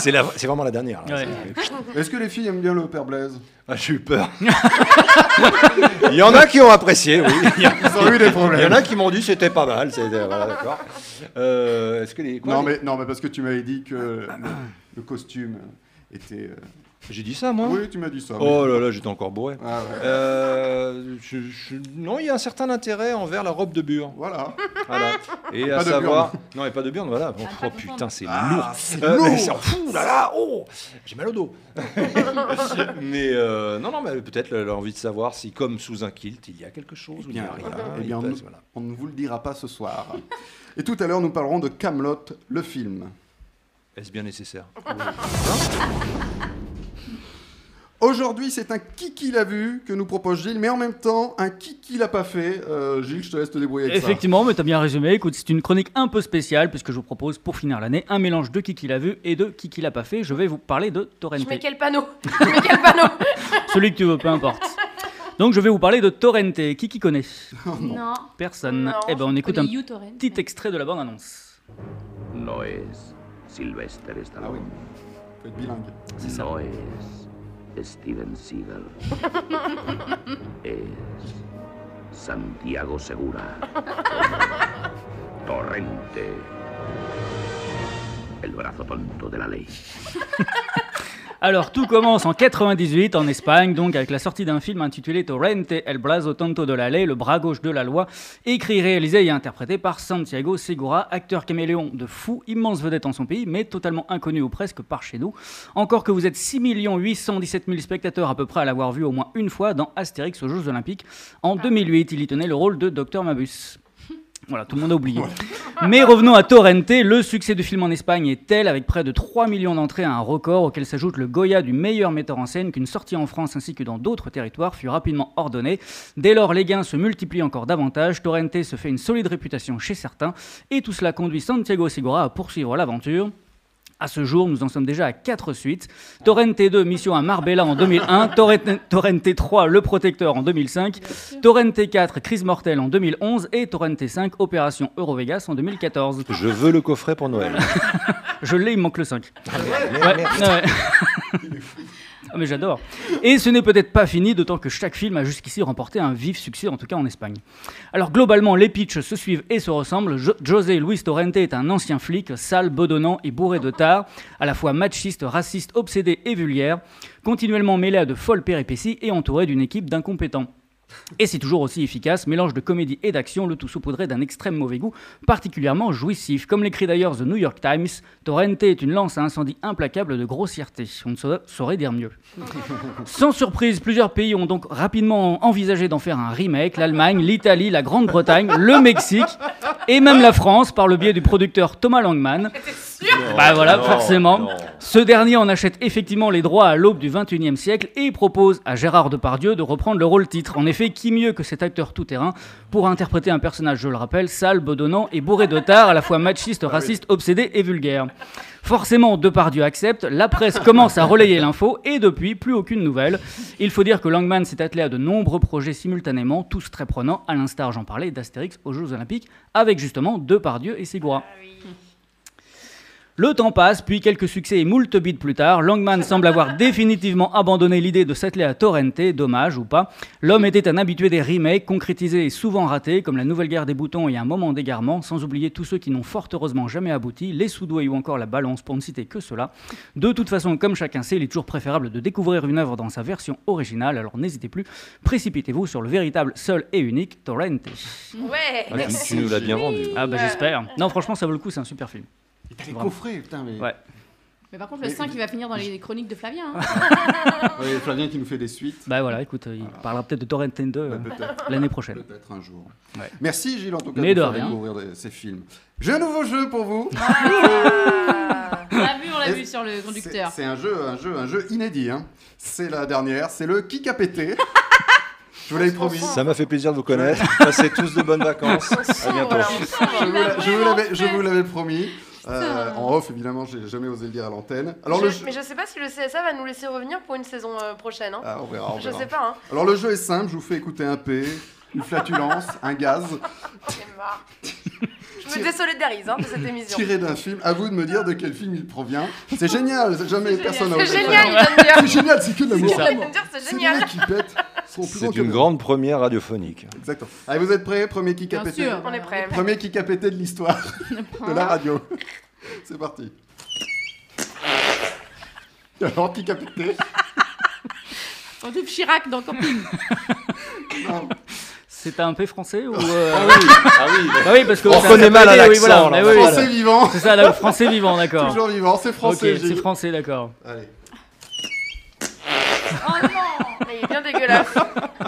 [SPEAKER 5] C'est la- c'est vraiment la dernière. là.
[SPEAKER 3] Ouais.
[SPEAKER 5] C'est-
[SPEAKER 2] Est-ce que les filles aiment bien le père Blaise
[SPEAKER 5] Ah, J'ai eu (laughs) peur. Il y en a qui ont apprécié, oui. (laughs) Il y, a-
[SPEAKER 2] Ils ont eu des
[SPEAKER 5] il
[SPEAKER 2] problèmes.
[SPEAKER 5] y en a qui m'ont dit c'était pas mal. c'était- voilà, d'accord. Euh, Est-ce que les. quoi,
[SPEAKER 2] non,
[SPEAKER 5] les-
[SPEAKER 2] mais, non, mais parce que tu m'avais dit que le, le costume était. euh,
[SPEAKER 5] J'ai dit ça, moi
[SPEAKER 2] Oui, tu m'as dit ça. mais-
[SPEAKER 5] Hein Oh là là, j'étais encore bourré.
[SPEAKER 2] Ah ouais.
[SPEAKER 5] Euh, je- je- non, il y a un certain intérêt envers la robe de bure.
[SPEAKER 2] Voilà.
[SPEAKER 5] Voilà. Et
[SPEAKER 2] Ah Pas
[SPEAKER 5] à
[SPEAKER 2] de
[SPEAKER 5] savoir. Non, et pas de burne, voilà.
[SPEAKER 8] Ah,
[SPEAKER 5] oh
[SPEAKER 8] pas de
[SPEAKER 5] putain,
[SPEAKER 8] burne.
[SPEAKER 5] c'est
[SPEAKER 2] Ah,
[SPEAKER 5] lourd.
[SPEAKER 2] c'est
[SPEAKER 5] Euh,
[SPEAKER 2] lourd.
[SPEAKER 5] mais c'est- Ouh là là, oh J'ai mal au dos.
[SPEAKER 2] (laughs)
[SPEAKER 5] mais euh, non, non, mais peut-être elle a envie de savoir si, comme sous un kilt, il y a quelque chose ou il n'y a
[SPEAKER 2] Bien,
[SPEAKER 5] rien.
[SPEAKER 2] eh
[SPEAKER 5] il
[SPEAKER 2] bien,
[SPEAKER 5] passe,
[SPEAKER 2] nous-
[SPEAKER 5] voilà.
[SPEAKER 2] on ne vous le dira pas ce soir. Et tout à l'heure, nous parlerons de Camelot, le film.
[SPEAKER 5] Est-ce bien nécessaire
[SPEAKER 2] Aujourd'hui, c'est un qui qui l'a vu que nous propose Gilles, mais en même temps, un qui qui l'a pas fait. Euh, Gilles, je te laisse te débrouiller avec ça.
[SPEAKER 3] Effectivement, mais t'as bien résumé. Écoute, c'est une chronique un peu spéciale puisque je vous propose pour finir l'année un mélange de qui qui l'a vu et de qui qui l'a pas fait. Je vais vous parler de
[SPEAKER 4] Je
[SPEAKER 3] Torrente.
[SPEAKER 4] mets
[SPEAKER 3] (laughs)
[SPEAKER 4] quel panneau Je mets quel panneau
[SPEAKER 3] Celui que tu veux, peu importe. Donc je vais vous parler de Torrente. Qui qui connaît
[SPEAKER 8] Non.
[SPEAKER 3] Personne.
[SPEAKER 4] Non,
[SPEAKER 3] eh ben on écoute un
[SPEAKER 8] Connais You Torrent.
[SPEAKER 3] petit extrait de la bande annonce.
[SPEAKER 12] No es Sylvester
[SPEAKER 2] Ah oui,
[SPEAKER 12] Stallone.
[SPEAKER 2] faut être bilingue.
[SPEAKER 12] No es Steven Seagal. es Santiago Segura. Torrente. El brazo tonto de la ley.
[SPEAKER 3] Alors tout commence en 98 en Espagne, donc avec la sortie d'un film intitulé Torrente el brazo tanto de la ley, le bras gauche de la loi, écrit, réalisé et interprété par Santiago Segura, acteur caméléon de fou, immense vedette en son pays, mais totalement inconnu ou presque par chez nous. Encore que vous êtes 6 817 000 spectateurs à peu près à l'avoir vu au moins une fois dans Astérix aux Jeux Olympiques. En 2008, il y tenait le rôle de Dr Mabus. Voilà, tout le monde a oublié. Mais revenons à Torrente. Le succès du film en Espagne est tel, avec près de 3 millions d'entrées à un record auquel s'ajoute le Goya du meilleur metteur en scène, qu'une sortie en France ainsi que dans d'autres territoires fut rapidement ordonnée. Dès lors, les gains se multiplient encore davantage. Torrente se fait une solide réputation chez certains. Et tout cela conduit Santiago Segura à poursuivre l'aventure. À ce jour, nous en sommes déjà à 4 suites. Torrente 2, Mission à Marbella en 2001. Torrente, Torrente 3, Le Protecteur en 2005. Torrente 4, Crise Mortelle en 2011. Et Torrente 5, Opération Eurovegas en 2014.
[SPEAKER 5] Je veux le coffret pour Noël.
[SPEAKER 3] Je l'ai, il me manque le 5.
[SPEAKER 5] merde,
[SPEAKER 3] Ouais, ah
[SPEAKER 5] merde.
[SPEAKER 3] ouais. Ah, mais j'adore. Et ce n'est peut-être pas fini, d'autant que chaque film a jusqu'ici remporté un vif succès, en tout cas en Espagne. Alors globalement, les pitchs se suivent et se ressemblent. Jo- José Luis Torrente est un ancien flic, sale, bedonnant et bourré de tard, à la fois machiste, raciste, obsédé et vulgaire, continuellement mêlé à de folles péripéties et entouré d'une équipe d'incompétents. Et c'est toujours aussi efficace, mélange de comédie et d'action, le tout saupoudré d'un extrême mauvais goût, particulièrement jouissif. Comme l'écrit d'ailleurs The New York Times, Torrente est une lance à incendie implacable de grossièreté. On ne saura- saurait dire mieux. Sans surprise, plusieurs pays ont donc rapidement envisagé d'en faire un remake. L'Allemagne, l'Italie, la Grande-Bretagne, le Mexique et même la France par le biais du producteur Thomas Langman. Bah voilà,
[SPEAKER 5] Non,
[SPEAKER 3] forcément.
[SPEAKER 5] non.
[SPEAKER 3] Ce dernier en achète effectivement les droits à l'aube du 21e siècle et propose à Gérard Depardieu de reprendre le rôle titre. En effet, qui mieux que cet acteur tout-terrain pour interpréter un personnage, je le rappelle, sale, bedonnant et bourré de tard, à la fois machiste,
[SPEAKER 5] Ah
[SPEAKER 3] raciste, obsédé et vulgaire. Forcément, Depardieu accepte, la presse commence à relayer l'info et depuis, plus aucune nouvelle. Il faut dire que Langman s'est attelé à de nombreux projets simultanément, tous très prenants, à l'instar, j'en parlais, d'Astérix aux Jeux Olympiques, avec justement Depardieu et Ségoura. Le temps passe, puis quelques succès et moult bits plus tard, Langman semble avoir définitivement abandonné l'idée de s'atteler à Torrente, dommage ou pas. L'homme était un habitué des remakes, concrétisés et souvent ratés, comme La Nouvelle Guerre des Boutons et Un Moment d'égarement, sans oublier tous ceux qui n'ont fort heureusement jamais abouti, Les Sous-Doués ou encore La Balance, pour ne citer que cela. De toute façon, comme chacun sait, il est toujours préférable de découvrir une œuvre dans sa version originale, alors n'hésitez plus, précipitez-vous sur le véritable, seul et unique Torrente.
[SPEAKER 4] Ouais.
[SPEAKER 5] Ah, tu- tu nous l'as bien vendu.
[SPEAKER 3] Ah bah j'espère. Non, franchement, ça vaut le coup, c'est un super film.
[SPEAKER 2] T'as les
[SPEAKER 3] Vraiment.
[SPEAKER 2] coffrets, putain, mais.
[SPEAKER 3] Ouais.
[SPEAKER 8] Mais par contre, le 5, il va finir dans les chroniques de Flavien. hein.
[SPEAKER 2] Ouais, Flavien qui nous fait des suites.
[SPEAKER 3] Bah voilà, écoute, il parlera peut-être de Torrent 2
[SPEAKER 2] Bah,
[SPEAKER 3] euh,
[SPEAKER 5] (laughs)
[SPEAKER 2] peut-être.
[SPEAKER 3] l'année prochaine.
[SPEAKER 2] Peut-être un jour. Merci Gilles en tout cas
[SPEAKER 3] Mais
[SPEAKER 2] de
[SPEAKER 3] de
[SPEAKER 2] nous faire
[SPEAKER 3] rien.
[SPEAKER 2] découvrir des- ces films. J'ai un nouveau jeu pour vous.
[SPEAKER 4] Ah.
[SPEAKER 8] On l'a vu, on l'a
[SPEAKER 2] Et
[SPEAKER 8] vu sur le conducteur.
[SPEAKER 2] C'est un jeu, un jeu, un jeu inédit. hein. C'est la dernière, c'est le kick a pété. Je vous l'avais promis.
[SPEAKER 5] Ça m'a fait plaisir de vous connaître. Passez tous de bonnes vacances. À bientôt.
[SPEAKER 2] Je vous l'a- je vous l'avais- je vous l'avais promis. Euh, en off, évidemment, j'ai jamais osé le dire à l'antenne. Alors
[SPEAKER 4] Je-
[SPEAKER 2] le jeu-
[SPEAKER 4] Mais je sais pas si le CSA va nous laisser revenir pour une saison euh, prochaine. hein.
[SPEAKER 2] Ah, on verra, on
[SPEAKER 4] Je
[SPEAKER 2] verra.
[SPEAKER 4] sais pas.
[SPEAKER 2] (laughs)
[SPEAKER 4] Hein.
[SPEAKER 2] Alors le jeu est simple, je vous fais écouter un P, une flatulence, un gaz.
[SPEAKER 4] J'ai marre. Je me désolidarise hein, de cette émission.
[SPEAKER 2] tiré d'un film. À vous de me dire de quel film il provient. C'est génial, c'est jamais personne n'a
[SPEAKER 4] C'est
[SPEAKER 2] osé
[SPEAKER 4] génial, il
[SPEAKER 2] faire.
[SPEAKER 4] vient de dire.
[SPEAKER 2] C'est génial, c'est que de l'amour.
[SPEAKER 4] Il vient de dire, c'est
[SPEAKER 2] des
[SPEAKER 4] génial.
[SPEAKER 2] mecs qui pètent. Sont plus grands
[SPEAKER 5] C'est
[SPEAKER 2] que
[SPEAKER 5] une
[SPEAKER 2] moi.
[SPEAKER 5] grande première radiophonique.
[SPEAKER 2] Exactement. Allez, vous êtes prêts Premier kick à
[SPEAKER 4] Bien
[SPEAKER 2] péter.
[SPEAKER 4] sûr, on est prêts.
[SPEAKER 2] Premier kick à péter de
[SPEAKER 4] (laughs)
[SPEAKER 2] l'histoire de la radio. C'est parti. Alors, kick à péter.
[SPEAKER 8] On trouve Chirac dans Camping.
[SPEAKER 3] C'est un peu
[SPEAKER 5] (laughs)
[SPEAKER 3] français ou euh,
[SPEAKER 5] Ah oui, ah oui.
[SPEAKER 3] Bah oui, parce que
[SPEAKER 5] On
[SPEAKER 3] ça- ça
[SPEAKER 5] reconnaît
[SPEAKER 3] fait
[SPEAKER 5] mal
[SPEAKER 3] aider,
[SPEAKER 5] à
[SPEAKER 3] oui, voilà,
[SPEAKER 5] l'accent, là,
[SPEAKER 3] mais oui,
[SPEAKER 5] on
[SPEAKER 2] Français vivant.
[SPEAKER 3] C'est ça, le français vivant, d'accord.
[SPEAKER 2] Toujours vivant, c'est français.
[SPEAKER 3] Ok,
[SPEAKER 2] Gilles.
[SPEAKER 3] c'est français, d'accord.
[SPEAKER 2] Allez.
[SPEAKER 4] Oh Mais il est bien dégueulasse.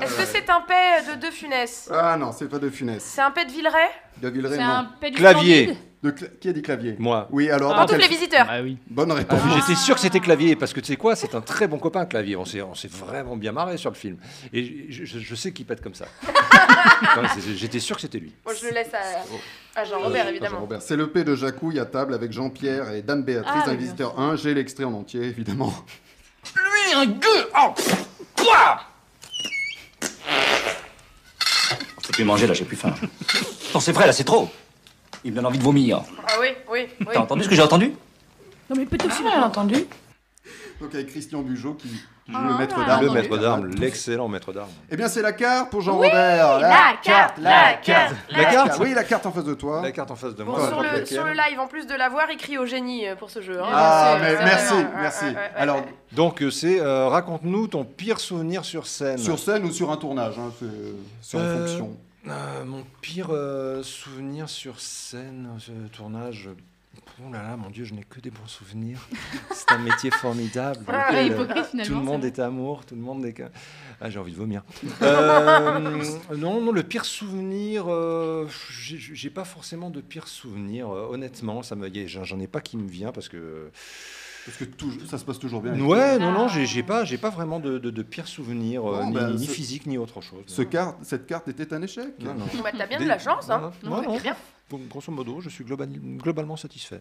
[SPEAKER 4] Est-ce que c'est un paix de deux funès
[SPEAKER 2] Ah non, c'est pas de Funès.
[SPEAKER 4] C'est un paix de Villeray
[SPEAKER 2] De Villeray,
[SPEAKER 4] C'est
[SPEAKER 2] non.
[SPEAKER 4] un paix du
[SPEAKER 5] Clavier.
[SPEAKER 4] Candide
[SPEAKER 2] De cla- Qui a dit clavier
[SPEAKER 5] Moi.
[SPEAKER 2] Oui, alors.
[SPEAKER 4] Pour
[SPEAKER 2] dans
[SPEAKER 4] tous
[SPEAKER 2] quel-
[SPEAKER 4] les visiteurs.
[SPEAKER 3] Bah
[SPEAKER 2] Bonne
[SPEAKER 5] Ah
[SPEAKER 2] réponse.
[SPEAKER 5] oui, J'étais sûr que c'était Clavier, parce que tu sais quoi, c'est un très bon copain, Clavier. On s'est, on s'est vraiment bien marré sur le film. Et je, je- je sais qu'il pète comme ça. (laughs) Non, mais c'est- J'étais sûr que c'était lui.
[SPEAKER 4] Bon, je le laisse à, à Jean-Robert, évidemment.
[SPEAKER 2] Robert. C'est le P de Jacouille à table avec Jean-Pierre et Dame Béatrice,
[SPEAKER 4] Ah,
[SPEAKER 2] un
[SPEAKER 4] oui, bien
[SPEAKER 2] visiteur 1. J'ai l'extrait en entier, évidemment.
[SPEAKER 9] Lui, un gueux Oh Pouah
[SPEAKER 13] Je peux plus manger là, j'ai plus faim. Non, c'est vrai, là, c'est trop. Il me donne envie de vomir.
[SPEAKER 4] Ah oui, oui, oui.
[SPEAKER 13] T'as entendu ce que j'ai entendu
[SPEAKER 8] Non, mais peut-être aussi, on l'a entendu.
[SPEAKER 2] (laughs) Donc avec Christian Bugeaud qui joue
[SPEAKER 8] Ah,
[SPEAKER 2] le maître
[SPEAKER 8] ah,
[SPEAKER 2] d'armes.
[SPEAKER 5] Le maître d'armes, l'excellent maître d'armes.
[SPEAKER 2] Eh bien, c'est la carte pour
[SPEAKER 5] Oui,
[SPEAKER 2] Jean-Robert.
[SPEAKER 5] la carte, la carte, la carte.
[SPEAKER 2] Oui, la carte en face de toi. La
[SPEAKER 5] carte en face de
[SPEAKER 4] Hein Bon, sur, le, sur le live, en plus de l'avoir, il crie au génie euh, pour ce jeu. hein.
[SPEAKER 2] Ah,
[SPEAKER 4] C'est-
[SPEAKER 2] mais
[SPEAKER 4] c'est-
[SPEAKER 2] merci,
[SPEAKER 4] ouais, ouais,
[SPEAKER 2] merci.
[SPEAKER 4] ouais, ouais.
[SPEAKER 2] Alors,
[SPEAKER 5] Donc, euh, c'est euh, raconte-nous ton pire souvenir sur scène.
[SPEAKER 2] sur scène ou sur un tournage, hein, c'est c'est en
[SPEAKER 5] Euh,
[SPEAKER 2] fonction.
[SPEAKER 5] euh, mon pire euh, souvenir sur scène, euh, tournage. Oh là là, mon Dieu, je n'ai que des bons (laughs) souvenirs. C'est un métier formidable. dans
[SPEAKER 8] Ah,
[SPEAKER 5] lequel,
[SPEAKER 8] il est hypocrite,
[SPEAKER 5] euh,
[SPEAKER 8] finalement,
[SPEAKER 5] Tout le
[SPEAKER 8] c'est
[SPEAKER 5] monde
[SPEAKER 8] bon.
[SPEAKER 5] est amour, tout le monde est. Ah, j'ai envie de vomir. Euh, (laughs) non, non, le pire souvenir, euh, j'ai- j'ai pas forcément de pire souvenir. euh, honnêtement, ça me, y est, j'en j'en ai pas qui me vient parce que.
[SPEAKER 2] Parce que toujours- ça se passe toujours bien.
[SPEAKER 5] Ouais, non, non, j'ai j'ai pas, j'ai pas vraiment de, de, de pires souvenirs, euh,
[SPEAKER 2] Bon,
[SPEAKER 5] ni,
[SPEAKER 2] bah,
[SPEAKER 5] ni
[SPEAKER 2] ce-
[SPEAKER 5] physique, ni autre chose.
[SPEAKER 2] Ce carte, cette carte était un échec.
[SPEAKER 5] Non,
[SPEAKER 2] (laughs)
[SPEAKER 5] non.
[SPEAKER 4] Bah, T'as bien de
[SPEAKER 5] Des-
[SPEAKER 4] la chance, hein.
[SPEAKER 5] Non, non,
[SPEAKER 4] Ouais,
[SPEAKER 5] non.
[SPEAKER 4] bien.
[SPEAKER 5] Donc, grosso modo, je suis global- globalement satisfait.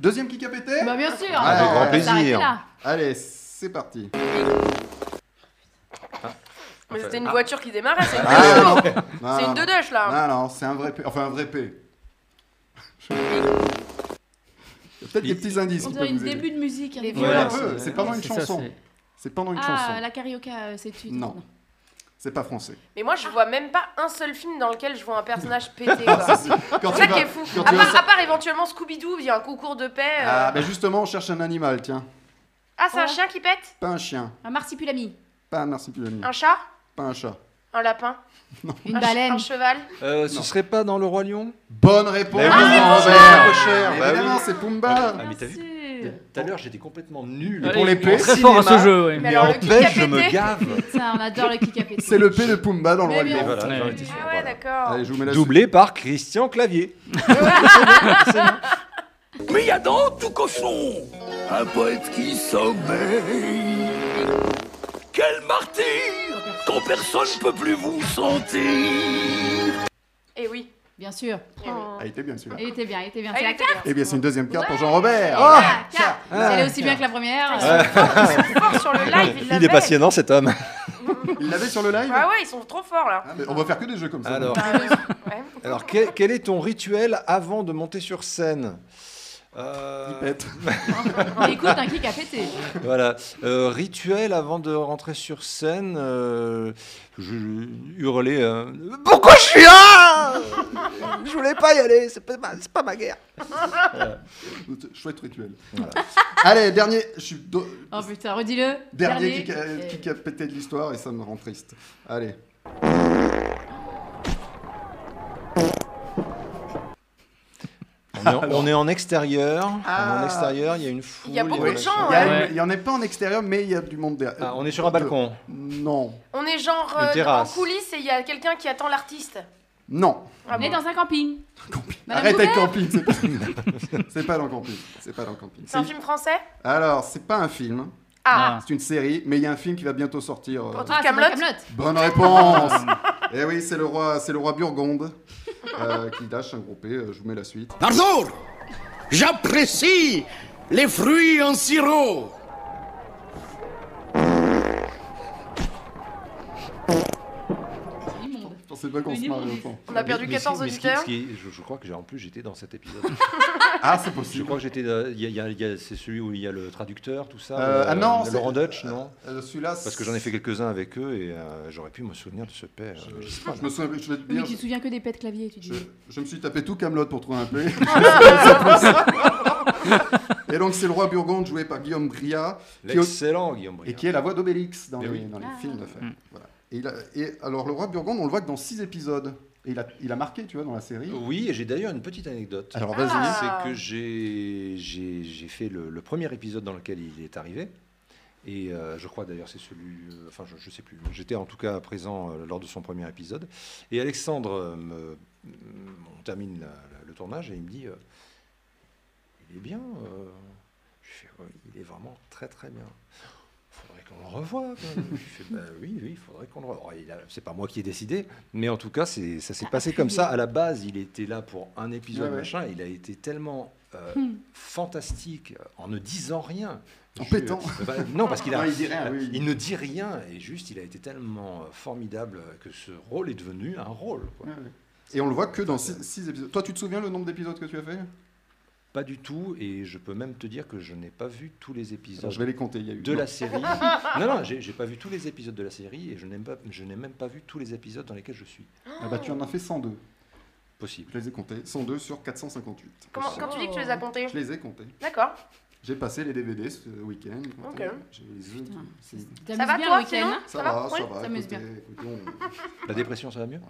[SPEAKER 2] Deuxième kick à péter
[SPEAKER 8] Bah, bien sûr.
[SPEAKER 5] Ah, Avec
[SPEAKER 8] on va
[SPEAKER 5] grand
[SPEAKER 8] s'arrêter
[SPEAKER 5] plaisir.
[SPEAKER 8] là.
[SPEAKER 2] Allez, c'est parti.
[SPEAKER 4] Mais c'était une
[SPEAKER 2] Ah.
[SPEAKER 4] voiture qui démarrait, c'est une
[SPEAKER 2] Ah, non.
[SPEAKER 4] Dodge.
[SPEAKER 2] Non,
[SPEAKER 4] C'est une
[SPEAKER 2] non.
[SPEAKER 4] Dodge, là.
[SPEAKER 2] Non, non, c'est un vrai P. Enfin, un vrai P. Il y a peut-être des petits indices.
[SPEAKER 8] On
[SPEAKER 2] qui
[SPEAKER 8] dirait
[SPEAKER 2] peuvent
[SPEAKER 8] une
[SPEAKER 2] vous aider.
[SPEAKER 8] début de musique. avec
[SPEAKER 2] Ouais,
[SPEAKER 8] des
[SPEAKER 2] un
[SPEAKER 8] violons.
[SPEAKER 2] peu, c'est pendant une
[SPEAKER 3] C'est ça,
[SPEAKER 2] chanson.
[SPEAKER 3] c'est-
[SPEAKER 2] C'est pendant une
[SPEAKER 8] Ah,
[SPEAKER 2] chanson.
[SPEAKER 8] la carioca, euh, c'est tu.
[SPEAKER 2] Non, c'est pas français.
[SPEAKER 4] Mais moi, je vois même pas un seul film dans lequel je vois un personnage pété. quoi.
[SPEAKER 2] Ah, si, si. Quand
[SPEAKER 4] C'est ça
[SPEAKER 2] tu
[SPEAKER 4] qui
[SPEAKER 2] vas-
[SPEAKER 4] est fou.
[SPEAKER 2] quand
[SPEAKER 4] À
[SPEAKER 2] tu
[SPEAKER 4] part,
[SPEAKER 2] vas-
[SPEAKER 4] à part éventuellement Scooby-Doo, il y a un concours de paix. euh.
[SPEAKER 2] Ah, bah justement, on cherche un animal, tiens.
[SPEAKER 4] Ah, c'est un chien qui pète
[SPEAKER 2] Pas un chien,
[SPEAKER 4] Un marsipulami.
[SPEAKER 2] pas un marsipulami,
[SPEAKER 4] Mm. Un chat
[SPEAKER 2] pas un chat.
[SPEAKER 4] Un lapin
[SPEAKER 5] Ah,
[SPEAKER 4] Une baleine Un cheval
[SPEAKER 5] Euh, ce serait pas dans Le Roi Lion
[SPEAKER 2] Bonne réponse,
[SPEAKER 5] Bah oui,
[SPEAKER 2] Robert.
[SPEAKER 5] c'est trop cher.
[SPEAKER 2] Mais
[SPEAKER 5] Bah oui.
[SPEAKER 2] évidemment, c'est Pumba.
[SPEAKER 5] Ah, mais t'as vu Tout à l'heure, j'étais complètement nul.
[SPEAKER 2] Et pour les P,
[SPEAKER 5] Mais, en pêche, je me gave.
[SPEAKER 8] Ça, on adore le kick à péter.
[SPEAKER 2] C'est le P de Pumba dans le
[SPEAKER 8] Mais
[SPEAKER 2] roi
[SPEAKER 8] bien
[SPEAKER 2] Lion.
[SPEAKER 5] sûr. Mais voilà, j'en étais
[SPEAKER 8] Ah ouais, d'accord.
[SPEAKER 2] Allez, je vous mets la
[SPEAKER 5] Doublé par Christian Clavier.
[SPEAKER 9] Mais y a dans tout cochon un poète qui sommeille. Quel martyr quand personne peut plus vous sentir.
[SPEAKER 4] Eh oui.
[SPEAKER 8] Bien sûr.
[SPEAKER 2] Ah, il était bien celui-là.
[SPEAKER 8] Il était bien, il était bien.
[SPEAKER 4] Ah,
[SPEAKER 8] Oh. C'est
[SPEAKER 4] il
[SPEAKER 8] la
[SPEAKER 4] était
[SPEAKER 8] carte.
[SPEAKER 2] Eh bien, c'est une deuxième carte pour Jean-Robert.
[SPEAKER 5] oh,
[SPEAKER 8] Elle est aussi bien que la première.
[SPEAKER 5] Ah.
[SPEAKER 4] sur le live, Ah, il
[SPEAKER 5] (laughs) Il est
[SPEAKER 4] l'avait.
[SPEAKER 5] passionnant cet homme.
[SPEAKER 2] Il l'avait sur le live Euh,
[SPEAKER 4] Ah ouais, ils sont trop forts là.
[SPEAKER 2] On va faire que des jeux comme
[SPEAKER 5] (laughs)
[SPEAKER 2] ça.
[SPEAKER 5] Alors,
[SPEAKER 4] (laughs) Ouais.
[SPEAKER 5] alors quel, quel est ton rituel avant de monter sur scène Euh,
[SPEAKER 8] (laughs) Écoute, un kick à péter.
[SPEAKER 5] (laughs) voilà. Euh, rituel avant de rentrer sur scène, euh, je, je- hurler. euh, Pourquoi je suis là Je voulais pas y aller, c'est pas, ma- c'est pas ma guerre. Voilà.
[SPEAKER 2] Chouette rituel. (laughs) Allez, dernier. Je suis do-
[SPEAKER 8] Oh putain, redis-le.
[SPEAKER 2] Dernier,
[SPEAKER 8] Dernier.
[SPEAKER 2] qui,
[SPEAKER 5] euh,
[SPEAKER 2] a, qui a pété de l'histoire et ça me rend triste. Allez.
[SPEAKER 5] On est en, on est en extérieur. On est
[SPEAKER 2] Ah.
[SPEAKER 5] en extérieur, il y a une foule.
[SPEAKER 4] Il y a beaucoup
[SPEAKER 5] la
[SPEAKER 4] de
[SPEAKER 5] chose.
[SPEAKER 4] gens,
[SPEAKER 2] Il y, a- il y en a pas en extérieur, mais il y a du monde derrière. Euh,
[SPEAKER 5] Ah, on est sur un balcon.
[SPEAKER 2] Non.
[SPEAKER 4] On est genre
[SPEAKER 5] Une
[SPEAKER 4] euh, en
[SPEAKER 5] terrasse.
[SPEAKER 4] coulisses et il y a quelqu'un qui attend l'artiste.
[SPEAKER 2] Non.
[SPEAKER 4] On est dans un camping. Madame
[SPEAKER 2] Arrête avec
[SPEAKER 4] Bouvert
[SPEAKER 2] camping. C'est pas... (laughs) c'est pas dans camping. C'est pas dans camping.
[SPEAKER 4] C'est un
[SPEAKER 2] C'est-
[SPEAKER 4] film français
[SPEAKER 2] Alors, c'est pas un film.
[SPEAKER 4] Ah.
[SPEAKER 2] C'est une série, mais il y a un film qui va bientôt sortir. euh,
[SPEAKER 8] Ah,
[SPEAKER 4] Pour Camelot.
[SPEAKER 2] Bonne réponse. (laughs) Eh oui, c'est le roi, c'est le roi Burgonde euh, qui lâche un groupé. euh, Je vous mets la suite.
[SPEAKER 9] Arthur J'apprécie les fruits en sirop.
[SPEAKER 2] Je pensais pas qu'on se marrait autant.
[SPEAKER 4] On a perdu
[SPEAKER 5] Mais- mais
[SPEAKER 4] 14
[SPEAKER 5] si- mais ce qui-
[SPEAKER 4] auditeurs.
[SPEAKER 5] ce qui est- je, je crois que j'ai en plus j'étais dans cet épisode.
[SPEAKER 2] ah, c'est possible.
[SPEAKER 5] Je crois que j'étais. euh, il y a- il y a- il y a- C'est celui où il y a le traducteur, tout ça.
[SPEAKER 2] Euh, ah non, c'est-
[SPEAKER 5] Laurent Dutch, non
[SPEAKER 2] euh, celui-là,
[SPEAKER 5] Parce que j'en ai fait quelques-uns avec eux et euh, j'aurais pu me souvenir de ce père. euh, Je, sais pas,
[SPEAKER 2] Je me souviens, je vais te
[SPEAKER 8] Mais
[SPEAKER 2] dire,
[SPEAKER 8] tu te souviens que des pets de clavier, tu dis.
[SPEAKER 2] je me suis tapé tout Camelot pour trouver un P. C'est possible. Et donc c'est le roi Burgonde joué par Guillaume Briat, qui est au-
[SPEAKER 5] L'excellent Guillaume Briand.
[SPEAKER 2] et qui est la voix d'Obélix dans, les, dans les
[SPEAKER 8] Ah.
[SPEAKER 2] films de fait. Voilà. Et, il a- et alors le roi Burgonde, on le voit que dans six épisodes. Et il a, il a marqué, tu vois, dans la série.
[SPEAKER 5] Oui, et j'ai d'ailleurs une petite anecdote.
[SPEAKER 2] Alors, vas-y. Ah.
[SPEAKER 5] C'est que j'ai- j'ai j'ai fait le, le premier épisode dans lequel il est arrivé. Et euh, je crois d'ailleurs c'est celui, euh, enfin je, je sais plus, j'étais en tout cas présent euh, lors de son premier épisode. Et Alexandre, euh, me- on termine la- la- le tournage et il me dit, euh, il est bien. euh. Je fais, Ouais, il est vraiment très très bien. Faudrait qu'on le revoie. quand même. Je fais, Bah oui, oui, faudrait qu'on le revoie. Alors, il a- C'est pas moi qui ai décidé, mais en tout cas, c'est- ça
[SPEAKER 2] Ah,
[SPEAKER 5] s'est passé comme ça. À la base, il était là pour un épisode,
[SPEAKER 2] Ouais, ouais.
[SPEAKER 5] machin. Il a été tellement euh,
[SPEAKER 2] Hmm.
[SPEAKER 5] fantastique en ne disant rien.
[SPEAKER 2] En
[SPEAKER 5] Je-
[SPEAKER 2] pétant.
[SPEAKER 5] (laughs) Bah, non, parce qu'il a,
[SPEAKER 2] Ouais, il dit rien, oui.
[SPEAKER 5] il ne dit rien et juste, il a été tellement euh, formidable que ce rôle est devenu un rôle. quoi.
[SPEAKER 2] Ouais, ouais. Et on le voit que dans six, six épisodes. Toi, tu te souviens le nombre d'épisodes que tu as fait
[SPEAKER 5] Pas du tout, et je peux même te dire que je n'ai pas vu tous les épisodes.
[SPEAKER 2] Alors, je vais les compter, il y a eu-
[SPEAKER 5] De
[SPEAKER 2] non.
[SPEAKER 5] la série. non, non, j'ai j'ai pas vu tous les épisodes de la série, et je n'ai pas- je n'ai même pas vu tous les épisodes dans lesquels je suis.
[SPEAKER 2] Ah bah tu en as fait 102.
[SPEAKER 5] Possible.
[SPEAKER 2] Je les ai comptés. 102 sur 458.
[SPEAKER 4] Comment- quand tu dis que tu les as comptés
[SPEAKER 5] Oh.
[SPEAKER 2] Je les ai comptés.
[SPEAKER 4] D'accord.
[SPEAKER 2] J'ai passé les DVD ce week-end.
[SPEAKER 4] Ok.
[SPEAKER 2] J'ai les yeux qui- c'est-
[SPEAKER 8] T'amuses
[SPEAKER 4] Ça va,
[SPEAKER 8] bien
[SPEAKER 4] toi,
[SPEAKER 8] le week-end
[SPEAKER 4] sinon
[SPEAKER 8] hein
[SPEAKER 2] Ça, va,
[SPEAKER 8] Oui,
[SPEAKER 2] ça va.
[SPEAKER 8] T'amuses
[SPEAKER 2] écoutez,
[SPEAKER 8] bien.
[SPEAKER 2] écoutez, on-
[SPEAKER 5] La dépression, ça va mieux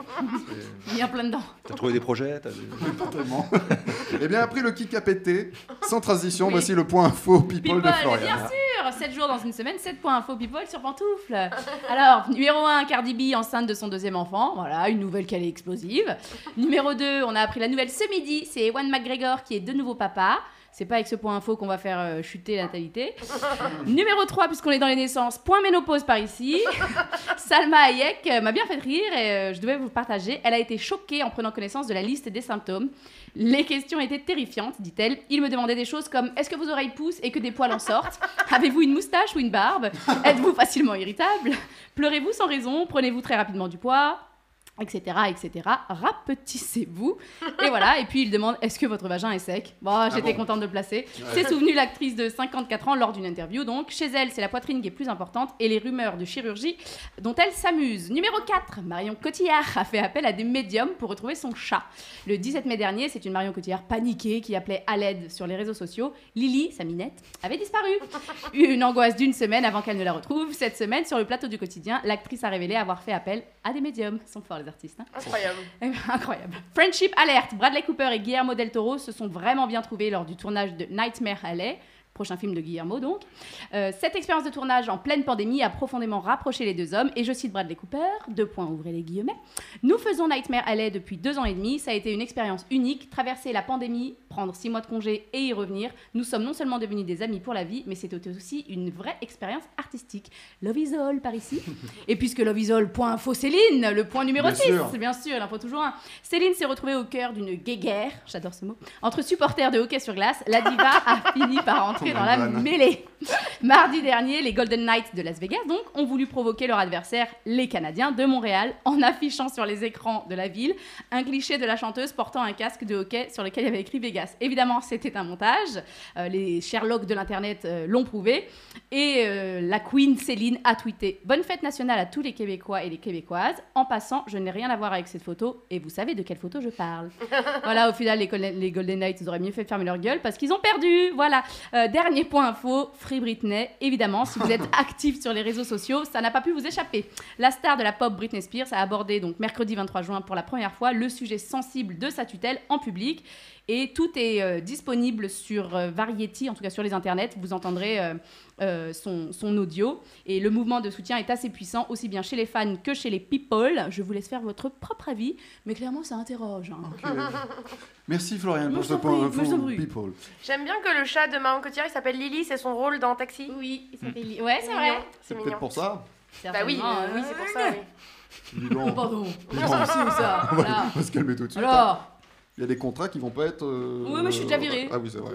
[SPEAKER 8] Il y a plein dedans.
[SPEAKER 5] T'as trouvé des projets t'as-
[SPEAKER 2] Totalement. (laughs) Eh bien, après le kick à péter, sans transition, voici le point info people,
[SPEAKER 8] People,
[SPEAKER 2] de
[SPEAKER 8] bien
[SPEAKER 2] Florian.
[SPEAKER 8] sûr 7 jours dans une semaine, 7 points info people sur Pantoufle. Alors, numéro 1, Cardi B enceinte de son deuxième enfant. Voilà, une nouvelle qu'elle est explosive. Numéro 2, on a appris la nouvelle ce midi, c'est Ewan McGregor qui est de nouveau papa. C'est pas avec ce point info qu'on va faire euh, chuter la natalité. Numéro 3, puisqu'on est dans les naissances, point ménopause par ici. Salma Hayek euh, m'a bien fait rire et euh, je devais vous le partager. Elle a été choquée en prenant connaissance de la liste des symptômes. Les questions étaient terrifiantes, dit-elle. Il me demandait des choses comme est-ce que vos oreilles poussent et que des poils en sortent Avez-vous une moustache ou une barbe Êtes-vous facilement irritable Pleurez-vous sans raison Prenez-vous très rapidement du poids etc., etc.
[SPEAKER 14] (laughs)
[SPEAKER 8] Rapetissez-vous. Et voilà, et puis il demande est-ce que votre vagin est sec Bon, j'étais
[SPEAKER 14] Ah bon
[SPEAKER 8] contente de le placer.
[SPEAKER 14] Ouais.
[SPEAKER 8] C'est souvenu l'actrice de 54 ans lors d'une interview, donc chez elle, c'est la poitrine qui est plus importante et les rumeurs de chirurgie dont elle s'amuse. Numéro 4, Marion Cotillard a fait appel à des médiums pour retrouver son chat. Le 17 mai dernier, c'est une Marion Cotillard paniquée qui appelait à l'aide sur les réseaux sociaux. Lily, sa minette,
[SPEAKER 14] (laughs)
[SPEAKER 8] avait disparu. Une angoisse d'une semaine avant qu'elle ne la retrouve. Cette semaine, sur le plateau du quotidien, l'actrice a révélé avoir fait appel à des médiums. Ils sont forts les artistes. hein.
[SPEAKER 4] Incroyable.
[SPEAKER 8] Eh ben, incroyable. Friendship Alert. Bradley Cooper et Guillermo del Toro se sont vraiment bien trouvés lors du tournage de Nightmare Alley. Prochain film de Guillermo, donc. Euh, cette expérience de tournage en pleine pandémie a profondément rapproché les deux hommes. Et je cite Bradley Cooper, deux points, ouvrez les guillemets. Nous faisons Nightmare Alley depuis deux ans et demi. Ça a été une expérience unique. Traverser la pandémie, prendre six mois de congé et y revenir. Nous sommes non seulement devenus des amis pour la vie, mais c'était aussi une vraie expérience artistique. Love is all
[SPEAKER 14] (laughs)
[SPEAKER 8] par ici. Et puisque Love is all, point info Céline, le point numéro
[SPEAKER 14] Bien
[SPEAKER 8] 6.
[SPEAKER 14] sûr.
[SPEAKER 8] Bien sûr, il en faut toujours un. Céline s'est retrouvée au cœur d'une guéguerre, j'adore ce mot, entre supporters de hockey sur glace. La diva a (laughs) fini par entrer dans la
[SPEAKER 14] Bonne.
[SPEAKER 8] mêlée. (laughs) Mardi dernier, les Golden Knights de Las Vegas, donc, ont voulu provoquer leur adversaire, les Canadiens de Montréal, en affichant sur les écrans de la ville un cliché de la chanteuse portant un casque de hockey sur lequel il y avait écrit Vegas. Évidemment, c'était un montage. Euh, les Sherlock de l'Internet euh, l'ont prouvé. Et euh, la Queen Céline a tweeté Bonne fête nationale à tous les Québécois et les Québécoises. En passant, je n'ai rien à voir avec cette photo et vous savez de quelle photo je parle. voilà, au final, les, Golden- les Golden Knights ils auraient mieux fait de fermer leur gueule parce qu'ils ont perdu. Voilà. Euh, dernier point info Free Britney. Évidemment, si vous êtes actif sur les réseaux sociaux, ça n'a pas pu vous échapper. La star de la pop Britney Spears a abordé donc mercredi 23 juin pour la première fois le sujet sensible de sa tutelle en public. Et tout est euh, disponible sur euh, Variety, en tout cas sur les internets. Vous entendrez euh, euh, son, son audio. Et le mouvement de soutien est assez puissant, aussi bien chez les fans que chez les people. Je vous laisse faire votre propre avis, mais clairement, ça interroge. hein.
[SPEAKER 2] euh, Merci Florian
[SPEAKER 8] Moi,
[SPEAKER 2] pour
[SPEAKER 8] je
[SPEAKER 2] ce
[SPEAKER 8] t'en
[SPEAKER 2] point
[SPEAKER 8] prie, moi, je
[SPEAKER 2] info
[SPEAKER 8] t'en prie.
[SPEAKER 2] people.
[SPEAKER 4] J'aime bien que le chat de Marion Cotillard, il s'appelle Lily, c'est son rôle dans Taxi.
[SPEAKER 8] Oui, hein, il s'appelle Lily. Ouais, c'est hein. vrai.
[SPEAKER 2] C'est peut-être pour ça.
[SPEAKER 4] Bah oui, euh, oui, c'est pour ça. oui.
[SPEAKER 2] (laughs) Dis donc.
[SPEAKER 8] Pardon.
[SPEAKER 2] Dis
[SPEAKER 8] Non,
[SPEAKER 2] donc.
[SPEAKER 8] c'est où, (laughs) ça
[SPEAKER 2] On va-
[SPEAKER 8] Là.
[SPEAKER 2] on va se calmer tout de suite.
[SPEAKER 8] Alors.
[SPEAKER 2] hein. Il y a des contrats qui vont pas être. euh,
[SPEAKER 8] Oui, mais je suis déjà virée.
[SPEAKER 2] Ah oui, c'est vrai.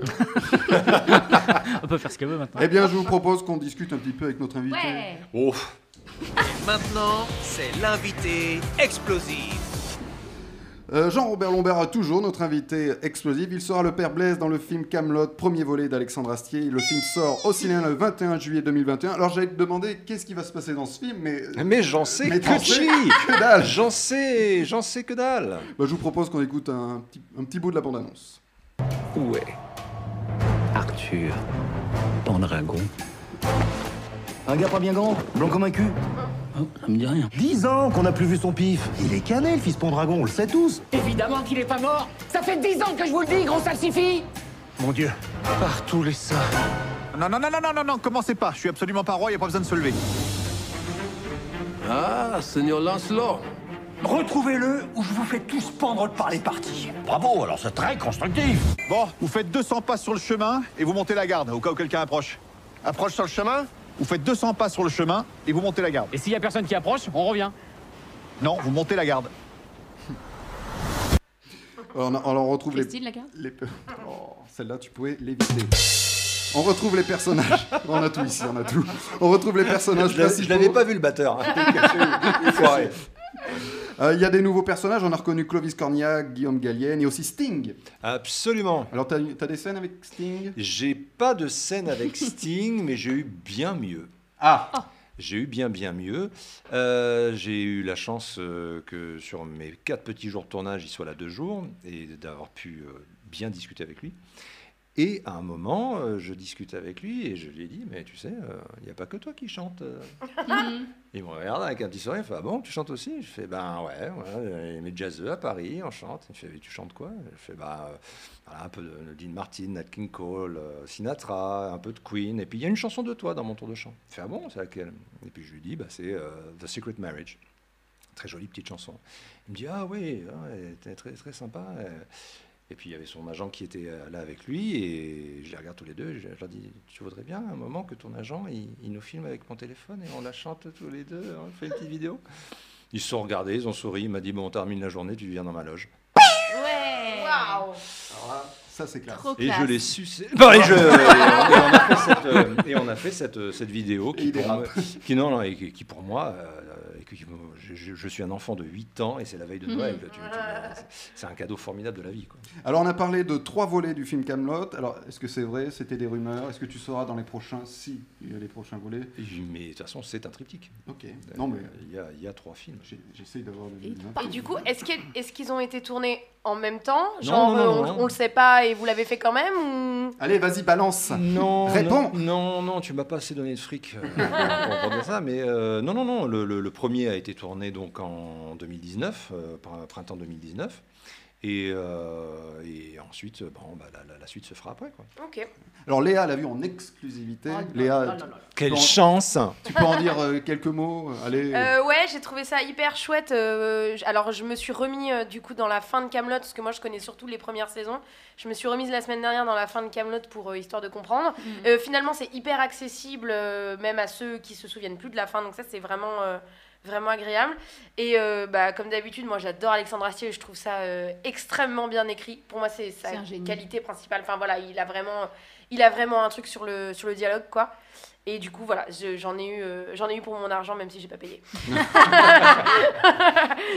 [SPEAKER 3] On peut faire ce qu'elle veut maintenant.
[SPEAKER 2] Eh bien, je vous propose qu'on discute un petit peu avec notre invité.
[SPEAKER 1] Ouais.
[SPEAKER 2] Oh.
[SPEAKER 1] Maintenant, c'est l'invité explosif.
[SPEAKER 2] Euh, Jean-Robert Lombard, toujours notre invité explosif. Il sera le père Blaise dans le film Camelot, premier volet d'Alexandre Astier. Le film sort au cinéma le 21 juillet 2021. Alors j'allais te demander qu'est-ce qui va se passer dans ce film, mais
[SPEAKER 5] Ah,
[SPEAKER 2] euh,
[SPEAKER 5] mais j'en sais
[SPEAKER 2] Mais t'en
[SPEAKER 5] que
[SPEAKER 2] sais
[SPEAKER 5] chi
[SPEAKER 2] que dalle.
[SPEAKER 5] J'en sais, j'en sais que dalle.
[SPEAKER 2] Bah, je vous propose qu'on écoute un petit, un petit bout de la bande-annonce.
[SPEAKER 12] Où est
[SPEAKER 15] Arthur, ton dragon.
[SPEAKER 13] Un gars pas bien grand, blanc comme un cul. Oh,
[SPEAKER 15] Ça me dit rien.
[SPEAKER 13] 10 ans qu'on n'a plus vu son pif. Il est cané, le fils de dragon, on le sait tous.
[SPEAKER 16] Évidemment qu'il est pas mort Ça fait dix ans que je vous le dis, gros salsifis
[SPEAKER 13] Mon Dieu.
[SPEAKER 17] Partout les seins. Non, non, non, non, non, non, non, commencez pas. Je suis absolument pas roi, y a pas besoin de se lever.
[SPEAKER 12] Ah, Seigneur Lancelot
[SPEAKER 17] Retrouvez-le ou je vous fais tous pendre par les parties. Bravo, alors c'est très constructif. Bon, Oh, vous faites 200 pas sur le chemin et vous montez la garde au cas où quelqu'un approche. Approche sur le chemin Vous faites 200 pas sur le chemin et vous montez la garde. Et s'il y a personne qui approche, on revient. Non, vous montez la garde.
[SPEAKER 2] Alors, Euh, on, alors, on retrouve les.
[SPEAKER 8] Christine, la (laughs) carte
[SPEAKER 2] les pe- Oh, celle-là, tu pouvais l'éviter. On retrouve les personnages. on a tout ici, on a tout. On retrouve les personnages.
[SPEAKER 5] Je l'avais- je l'avais pas vu,
[SPEAKER 2] le (laughs) batteur. Euh, Il y a des nouveaux personnages. On a reconnu Clovis Cornillac, Guillaume Gallienne et aussi Sting.
[SPEAKER 5] Absolument.
[SPEAKER 2] Alors, t'as as des scènes avec Sting
[SPEAKER 5] J'ai pas de scène avec Sting, mais j'ai eu bien mieux.
[SPEAKER 2] Ah
[SPEAKER 5] J'ai eu bien bien mieux. Euh, j'ai eu la chance euh, que sur mes quatre petits jours de tournage, il soit là deux jours et d'avoir pu euh, bien discuter avec lui. Et à un moment, euh, je discute avec lui et je lui ai dit, mais tu sais, euh, il n'y a pas que toi qui chante. euh.
[SPEAKER 8] Mhm.
[SPEAKER 5] Il me regarde avec un petit sourire, il fait Ah bon, tu chantes aussi Je fais Ben ouais, ouais mes jazzeux à Paris, on chante. Il fait Mais Tu chantes quoi Je fais Ben euh, voilà, un peu de Dean Martin, Nat King Cole, euh, Sinatra, un peu de Queen. Et puis il y a une chanson de toi dans mon tour de chant. Il fait Ah bon, c'est laquelle Et puis je lui dis Bah, C'est euh, The Secret Marriage. Très jolie petite chanson. Il me dit Ah oui, ah, elle était très, très sympa. euh. Et puis il y avait son agent qui était euh, là avec lui, et je les regarde tous les deux, et je je leur dis Tu voudrais bien un moment que ton agent il, il nous filme avec mon téléphone et on la chante tous les deux, hein, on fait une petite vidéo Ils se sont regardés, ils ont souri, il m'a dit Bon, on termine la journée, tu viens dans ma loge.
[SPEAKER 4] Ouais. Waouh.
[SPEAKER 2] Ça, c'est classe.
[SPEAKER 4] Trop
[SPEAKER 5] Et je
[SPEAKER 4] classe.
[SPEAKER 5] l'ai sucé. Bon, et, je- et on a fait cette, euh, et on a fait cette, euh, cette vidéo qui, pour moi, qui, non, non, et qui, qui pour moi euh, et que- qui- je, je- je suis un enfant de 8 ans et c'est la veille de
[SPEAKER 4] Mhm.
[SPEAKER 5] Noël. Tu- tu- c'est un cadeau formidable de la vie. quoi.
[SPEAKER 2] Alors, on a parlé de trois volets du film Camelot. Alors, est-ce que c'est vrai C'était des rumeurs Est-ce que tu sauras dans les prochains Si, il y a les prochains volets.
[SPEAKER 5] Mais de toute façon, c'est un triptyque.
[SPEAKER 2] Ok.
[SPEAKER 5] Euh,
[SPEAKER 2] Non, mais
[SPEAKER 5] Il y a, il y a trois films.
[SPEAKER 2] J'essaye d'avoir le
[SPEAKER 4] Et du coup, est-ce qu'il- est-ce qu'ils ont été tournés en même temps
[SPEAKER 5] Non,
[SPEAKER 4] Genre,
[SPEAKER 5] non, non,
[SPEAKER 4] euh, on,
[SPEAKER 5] non.
[SPEAKER 4] on le sait pas et vous l'avez fait quand même ou...
[SPEAKER 2] Allez, vas-y, balance.
[SPEAKER 5] Non,
[SPEAKER 2] Réponds.
[SPEAKER 5] Non, non, non, tu m'as pas assez donné de fric euh, pour pour dire ça, mais euh, non, non, non. Le, le- le premier a été tourné donc en 2019, euh, pr- printemps 2019, et, euh, et ensuite, bon, bah, la, la- la suite se fera après. Quoi.
[SPEAKER 4] Ok.
[SPEAKER 2] Alors, Léa l'a vu en exclusivité. Léa, tu- tu
[SPEAKER 5] Quelle
[SPEAKER 2] peux en-
[SPEAKER 5] chance
[SPEAKER 2] Tu peux en dire euh, quelques mots Allez.
[SPEAKER 4] Euh, ouais, j'ai trouvé ça hyper chouette. euh, j- alors, je me suis remis euh, du coup dans la fin de Camelot parce que moi, je connais surtout les premières saisons. Je me suis remise la semaine dernière dans la fin de Camelot pour euh, histoire de comprendre.
[SPEAKER 8] Mm.
[SPEAKER 4] Euh, finalement, c'est hyper accessible, euh, même à ceux qui se souviennent plus de la fin. Donc ça, c'est vraiment. euh, Vraiment agréable. Et euh, bah, comme d'habitude, moi j'adore Alexandre Astier, je trouve ça euh, extrêmement bien écrit. Pour moi, c'est sa
[SPEAKER 8] C'est un génie.
[SPEAKER 4] qualité principale. Enfin voilà, il a vraiment, il a vraiment un truc sur le, sur le dialogue, quoi. Et du coup, voilà, je- j'en ai, eu, euh, j'en ai eu pour mon argent, même si j'ai
[SPEAKER 8] (laughs)
[SPEAKER 4] pas payé. (laughs)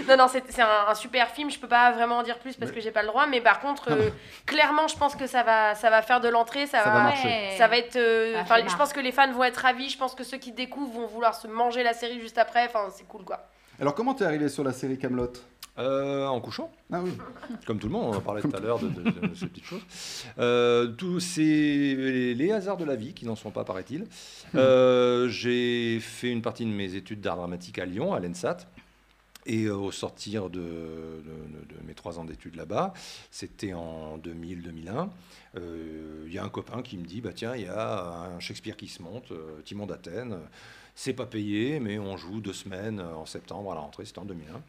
[SPEAKER 4] non, non, c'est c'est un, un super film. Je peux pas vraiment en dire plus parce que j'ai pas le droit. Mais par contre, (laughs) euh, clairement, je pense que ça va, ça va faire de l'entrée. Ça,
[SPEAKER 8] Ça va
[SPEAKER 4] va,
[SPEAKER 8] marcher.
[SPEAKER 4] ça va être. euh,
[SPEAKER 8] Ça
[SPEAKER 4] enfin,
[SPEAKER 8] fait
[SPEAKER 4] je
[SPEAKER 8] marre.
[SPEAKER 4] pense que les fans vont être ravis. Je pense que ceux qui découvrent vont vouloir se manger la série juste après. Enfin, c'est cool, quoi.
[SPEAKER 2] Alors, comment t'es arrivé sur la série Camelot
[SPEAKER 5] Euh, en couchant.
[SPEAKER 2] Ah oui.
[SPEAKER 5] Comme tout le monde, on en parlait tout à l'heure de, de- de ces petites choses. Euh, tous ces les, les hasards de la vie, qui n'en sont pas, paraît-il. Euh, j'ai fait une partie de mes études d'art dramatique à Lyon, à l'ENSAT. Et euh, au sortir de, de- de- de mes trois ans d'études là-bas, c'était en 2000-2001, il euh, y a un copain qui me dit bah tiens, il y a un Shakespeare qui se monte, euh, Timon d'Athènes. C'est pas payé, mais on joue deux semaines euh, en septembre à la rentrée, c'était en 2001.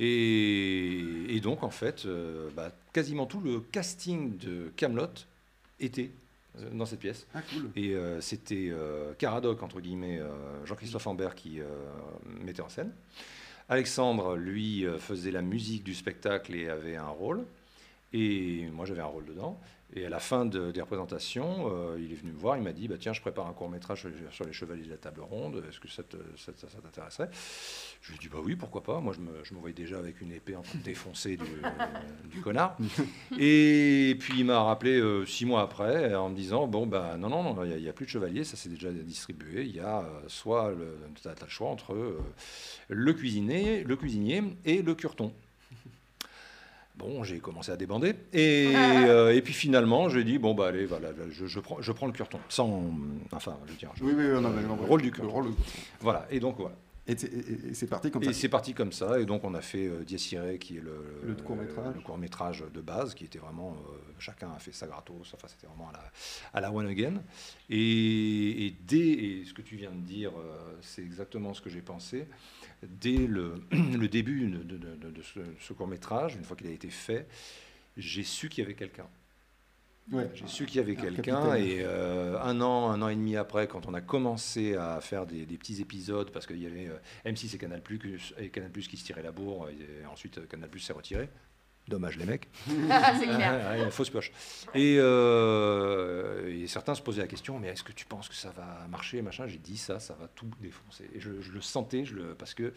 [SPEAKER 5] Et, et donc, en fait, euh, bah, quasiment tout le casting de Camelot était euh, dans cette pièce.
[SPEAKER 2] Ah,
[SPEAKER 5] Et euh, c'était euh, Caradoc, entre guillemets, euh, Jean-Christophe Ambert qui euh, mettait en scène. Alexandre, lui, euh, faisait la musique du spectacle et avait un rôle. Et moi, j'avais un rôle dedans. Et à la fin de- des représentations, euh, il est venu me voir, il m'a dit bah, Tiens, je prépare un court-métrage sur, sur les chevaliers de la table ronde, est-ce que ça te- ça- ça- ça t'intéresserait Je lui ai dit Bah oui, pourquoi pas Moi, je me, je me voyais déjà avec une épée en train de défoncer du, euh, du connard. Et puis, il m'a rappelé euh, six mois après en me disant Bon, bah non, non, non, il n'y a, plus de chevaliers, ça s'est déjà distribué. Il y a euh, soit le, t'as- t'as le choix entre euh, le, cuisinier, le cuisinier et le curton. Bon, j'ai commencé à débander. Et, euh, et puis finalement, j'ai dit, bon, bah allez, voilà, je, je prends, je prends le curton. Sans. Enfin, je tiens.
[SPEAKER 2] Oui, oui, oui, non, mais
[SPEAKER 5] le
[SPEAKER 2] non, mais-
[SPEAKER 5] rôle du
[SPEAKER 2] le
[SPEAKER 5] curton.
[SPEAKER 2] rôle du
[SPEAKER 5] Voilà, et donc voilà.
[SPEAKER 2] Et, c'est- et- et c'est parti comme
[SPEAKER 5] Et
[SPEAKER 2] ça.
[SPEAKER 5] c'est parti comme ça. Et donc, on a fait euh, Dies Irae, qui est le,
[SPEAKER 2] Le court-métrage.
[SPEAKER 5] le court-métrage de base, qui était vraiment. euh, chacun a fait ça gratos. Enfin, c'était vraiment à la, à la One Again. Et, et dès. Et ce que tu viens de dire, euh, c'est exactement ce que j'ai pensé. Dès le, (clears throat) le début de, de- de- de ce, ce court-métrage, une fois qu'il a été fait, j'ai su qu'il y avait quelqu'un.
[SPEAKER 2] Ouais.
[SPEAKER 5] J'ai su qu'il y avait
[SPEAKER 2] Un
[SPEAKER 5] quelqu'un
[SPEAKER 2] capitaine.
[SPEAKER 5] et euh, un an, un an et demi après, quand on a commencé à faire des, des petits épisodes, parce qu'il y avait euh, M6 et Canal+, et Canal+, qui se tiraient la bourre, et ensuite euh, Canal+, s'est retiré. Dommage les mecs.
[SPEAKER 9] C'est clair.
[SPEAKER 5] (laughs) Ouais, ouais, fausse pioche. Et, euh, et certains se posaient la question, mais est-ce que tu penses que ça va marcher, machin J'ai dit ça, ça va tout défoncer. Et je, je le sentais, je le, parce que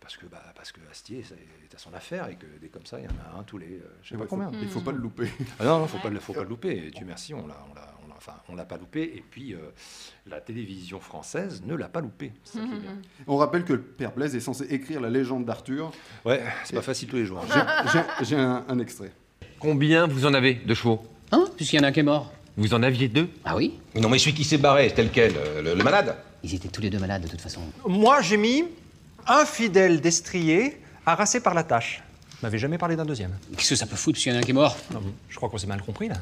[SPEAKER 5] parce que bah, parce que Astier ça, est à son affaire et que des comme ça, il y en a un tous les, euh, je sais
[SPEAKER 2] Et
[SPEAKER 5] pas
[SPEAKER 2] ouais,
[SPEAKER 5] combien.
[SPEAKER 9] Mm.
[SPEAKER 2] faut- il faut pas le louper.
[SPEAKER 5] Ah non, non, faut pas le, faut pas le louper. Et Dieu merci, on l'a, on l'a, on l'a- enfin, on l'a pas loupé. Et puis euh, la télévision française ne l'a pas loupé. C'est ça qui est bien.
[SPEAKER 2] On rappelle que le Père Blaise est censé écrire la légende d'Arthur.
[SPEAKER 5] Ouais, c'est pas facile tous les jours. hein.
[SPEAKER 18] Ah.
[SPEAKER 2] J'ai- j'ai- J'ai un, un extrait.
[SPEAKER 14] Combien vous en avez de chevaux
[SPEAKER 19] Hein Puisqu'il y en a un qui est mort.
[SPEAKER 14] Vous en aviez deux
[SPEAKER 19] Ah oui
[SPEAKER 14] Non, mais celui qui s'est barré, tel quel, euh, le, le malade.
[SPEAKER 19] Ils étaient tous les deux malades de toute façon.
[SPEAKER 14] Moi, j'ai mis un fidèle destrier harassé par la tâche. M'avez jamais parlé d'un deuxième.
[SPEAKER 19] Qu'est-ce que ça peut foutre s'il y en a un qui est mort
[SPEAKER 14] Je crois qu'on s'est mal compris là.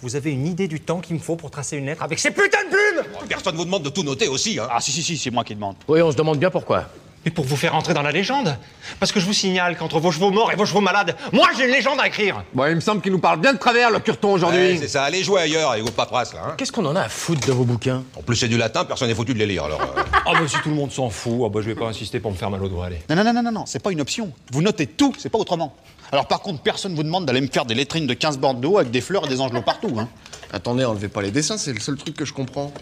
[SPEAKER 14] Vous avez une idée du temps qu'il me faut pour tracer une lettre
[SPEAKER 17] Oh,
[SPEAKER 14] avec ces putains de plumes Personne vous demande de tout noter aussi, hein Ah si si si, c'est moi qui demande.
[SPEAKER 19] Oui, on se demande bien pourquoi.
[SPEAKER 20] Mais pour vous faire entrer dans la légende Parce que je vous signale qu'entre vos chevaux morts et vos chevaux malades, moi j'ai une légende à écrire
[SPEAKER 18] Bon, il me semble qu'il nous parle bien de travers, le curton, aujourd'hui.
[SPEAKER 21] Ouais, c'est ça, allez jouer ailleurs avec vos paperasses, là. hein.
[SPEAKER 18] Qu'est-ce qu'on en a à foutre de vos bouquins
[SPEAKER 21] En plus, c'est du latin, personne n'est foutu de les lire, alors. euh.
[SPEAKER 20] (laughs) Ah bah si tout le monde s'en fout, ah bah je vais pas insister pour me faire mal au doigt, allez.
[SPEAKER 22] Non, non, non, non, non, non, c'est pas une option. Vous notez tout, c'est pas autrement. Alors par contre, personne vous demande d'aller me faire des lettrines de 15 bornes d'eau avec des fleurs et des angelots partout. Hein. Attendez, enlevez pas les dessins, c'est le seul truc que je comprends.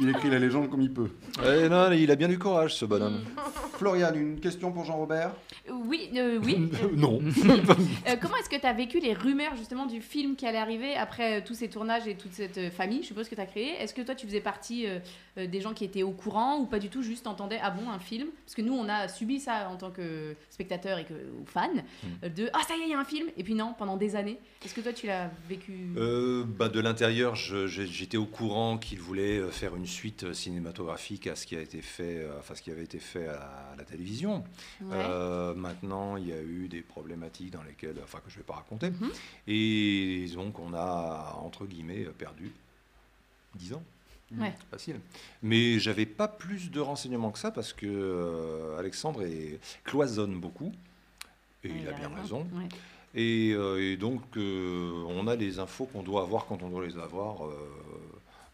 [SPEAKER 2] Il écrit la légende comme il peut.
[SPEAKER 5] Eh non, il a bien du courage, ce bonhomme.
[SPEAKER 2] Florian, une question pour Jean-Robert
[SPEAKER 8] Oui, euh, oui. euh,
[SPEAKER 5] non.
[SPEAKER 8] (laughs) euh, comment est-ce que tu as vécu les rumeurs justement du film qui allait arriver après euh, tous ces tournages et toute cette euh, famille, je suppose que tu as créé Est-ce que toi tu faisais partie euh, euh, des gens qui étaient au courant ou pas du tout, juste entendais ah bon un film Parce que nous on a subi ça en tant que spectateur et que ou fan euh, de ah ça y est il y a un film et puis non pendant des années. Est-ce que toi tu l'as vécu
[SPEAKER 5] Euh, bah, de l'intérieur, je- je- j'étais au courant qu'il voulait euh, faire une suite euh, cinématographique à ce qui a été fait, euh, enfin ce qui avait été fait à la télévision.
[SPEAKER 23] Ouais.
[SPEAKER 5] Euh, maintenant, il y a eu des problématiques dans lesquelles, enfin que je ne vais pas raconter,
[SPEAKER 23] Mhm.
[SPEAKER 5] et donc on a entre guillemets perdu 10 ans. Mmh.
[SPEAKER 23] Ouais.
[SPEAKER 5] Facile. Mais j'avais pas plus de renseignements que ça parce que euh, Alexandre est- cloisonne beaucoup et il a bien raison.
[SPEAKER 23] ouais.
[SPEAKER 5] Et, euh, et donc, euh, on a les infos qu'on doit avoir quand on doit les avoir, euh,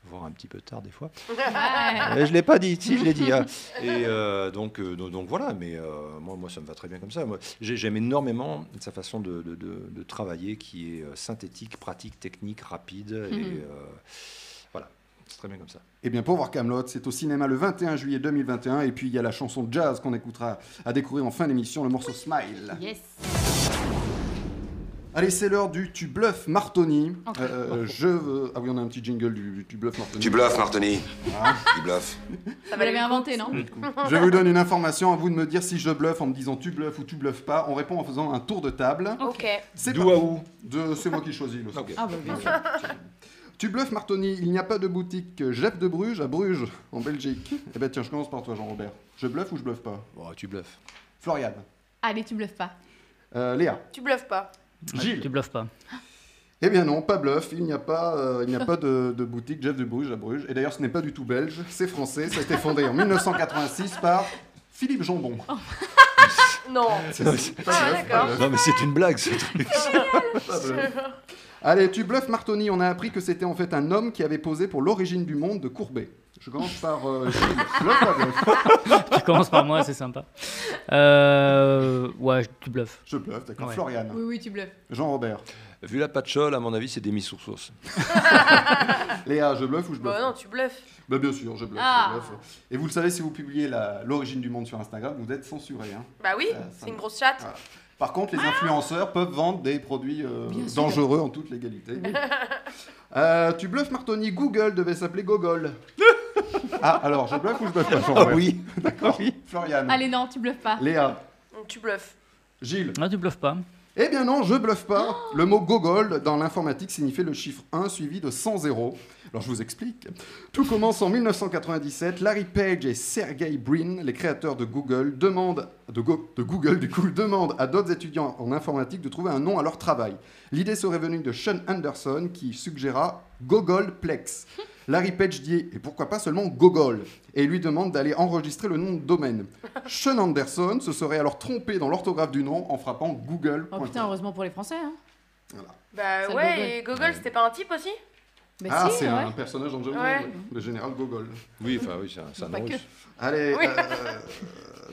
[SPEAKER 5] voire un petit peu tard des fois. Euh, je l'ai pas dit, si je l'ai dit. ah. Et euh, donc, euh, donc, donc voilà, mais euh, moi, moi, ça me va très bien comme ça. Moi, j'ai- J'aime énormément sa façon de, de- de- de travailler qui est euh, synthétique, pratique, technique, rapide.
[SPEAKER 22] Mhm.
[SPEAKER 5] Et euh, voilà, c'est très bien comme ça.
[SPEAKER 2] Eh bien, pour voir Camelot, c'est au cinéma le 21 juillet 2021. Et puis, il y a la chanson jazz qu'on écoutera à découvrir en fin d'émission, le morceau Smile.
[SPEAKER 8] Yes.
[SPEAKER 2] Allez, c'est l'heure du Tu bluffes Martoni. Euh, je veux. Ah oui, on a un petit jingle du, du Tu bluffes Martoni.
[SPEAKER 21] Tu bluffes, Martoni. Tu bluffes.
[SPEAKER 8] Ça va l'avez inventé non
[SPEAKER 2] Je vous donne une information, à vous de me dire si je bluffe en me disant tu bluffes ou tu bluffes pas. On répond en faisant un tour de table.
[SPEAKER 4] Ok.
[SPEAKER 2] C'est D'où à où C'est moi qui choisis le sort.
[SPEAKER 4] Ah bah, bien sûr.
[SPEAKER 2] Tu bluffes, Martoni, il n'y a pas de boutique Jeff de Bruges à Bruges, en Belgique. Eh ben tiens, je commence par toi, Jean-Robert. Je bluffe ou je bluffe pas
[SPEAKER 5] Tu bluffes.
[SPEAKER 2] Florian.
[SPEAKER 8] Allez tu bluffes pas.
[SPEAKER 2] Euh, Léa.
[SPEAKER 4] Tu bluffes pas.
[SPEAKER 2] Gilles.
[SPEAKER 3] Tu bluffes pas.
[SPEAKER 2] Eh bien non, pas bluff, il n'y a pas, euh, il n'y a pas de, de boutique Jeff de Bruges à Bruges. Et d'ailleurs, ce n'est pas du tout belge, c'est français. Ça a été fondé en 1986 par Philippe Jambon.
[SPEAKER 4] (laughs) Non. Ah, d'accord.
[SPEAKER 5] Non, mais c'est une blague, ce truc. (laughs)
[SPEAKER 2] Pas bluff. (laughs) Allez, tu bluffes, Martoni. On a appris que c'était en fait un homme qui avait posé pour l'origine du monde de Courbet. Je commence par euh, Gilles. Bluff, pas bluff
[SPEAKER 3] tu commences par moi, c'est sympa. Euh, ouais, je- tu bluffes.
[SPEAKER 2] Je bluffe, d'accord.
[SPEAKER 3] Ouais.
[SPEAKER 2] Florian.
[SPEAKER 8] Oui oui tu bluffes.
[SPEAKER 2] Jean-Robert.
[SPEAKER 5] Vu la patchole, à mon avis, c'est des mises sous sauce.
[SPEAKER 2] Léa, je bluffe ou je bluffe
[SPEAKER 4] Bah non, tu bluffes.
[SPEAKER 2] Bah, bien sûr, je bluffe, je
[SPEAKER 4] Ah.
[SPEAKER 2] bluffe. Et vous le savez, si vous publiez la- l'origine du monde sur Instagram, vous êtes censuré. hein.
[SPEAKER 4] Bah oui,
[SPEAKER 2] Ça- ça-
[SPEAKER 4] c'est une grosse chatte.
[SPEAKER 2] Voilà. Par contre, les influenceurs peuvent vendre des produits euh,
[SPEAKER 4] Ah. Bien sûr.
[SPEAKER 2] dangereux en toute
[SPEAKER 4] (laughs)
[SPEAKER 2] légalité. Euh, tu bluffes, Martoni. Google devait s'appeler
[SPEAKER 4] (laughs)
[SPEAKER 2] Gogol. ah, alors, je bluffe ou je bluffe pas Jean-Robert
[SPEAKER 3] Ah oui.
[SPEAKER 2] D'accord. Florian.
[SPEAKER 8] Allez non tu bluffes pas.
[SPEAKER 2] Léa.
[SPEAKER 4] Tu bluffes.
[SPEAKER 2] Gilles.
[SPEAKER 3] Ah, tu bluffes pas.
[SPEAKER 2] Eh bien non, je bluffe pas. Le mot gogol dans l'informatique signifiait le chiffre 1 suivi de 100 zéros. Alors je vous explique. Tout commence en 1997. Larry Page et Sergey Brin, les créateurs de Google, demandent de, Go- de Google du coup (laughs) demandent à d'autres étudiants en informatique de trouver un nom à leur travail. L'idée serait venue de Sean Anderson qui suggéra Gogolplex. Larry Page dit et pourquoi pas seulement Gogol et lui demande d'aller enregistrer le nom de domaine. Sean Anderson se serait alors trompé dans l'orthographe du nom en frappant Google.
[SPEAKER 8] Oh putain heureusement pour les Français hein.
[SPEAKER 4] Bah
[SPEAKER 8] C'est Gogol.
[SPEAKER 4] ouais, et Gogol, c'était pas un type aussi
[SPEAKER 8] Bah,
[SPEAKER 2] ah,
[SPEAKER 8] si,
[SPEAKER 2] c'est
[SPEAKER 8] ouais.
[SPEAKER 2] un personnage dans James Bond,
[SPEAKER 4] Ouais.
[SPEAKER 2] ouais. le général Gogol.
[SPEAKER 5] Oui, enfin, oui, c'est un, c'est un
[SPEAKER 4] Pas
[SPEAKER 5] russe.
[SPEAKER 4] que.
[SPEAKER 2] Allez,
[SPEAKER 4] Oui.
[SPEAKER 2] euh,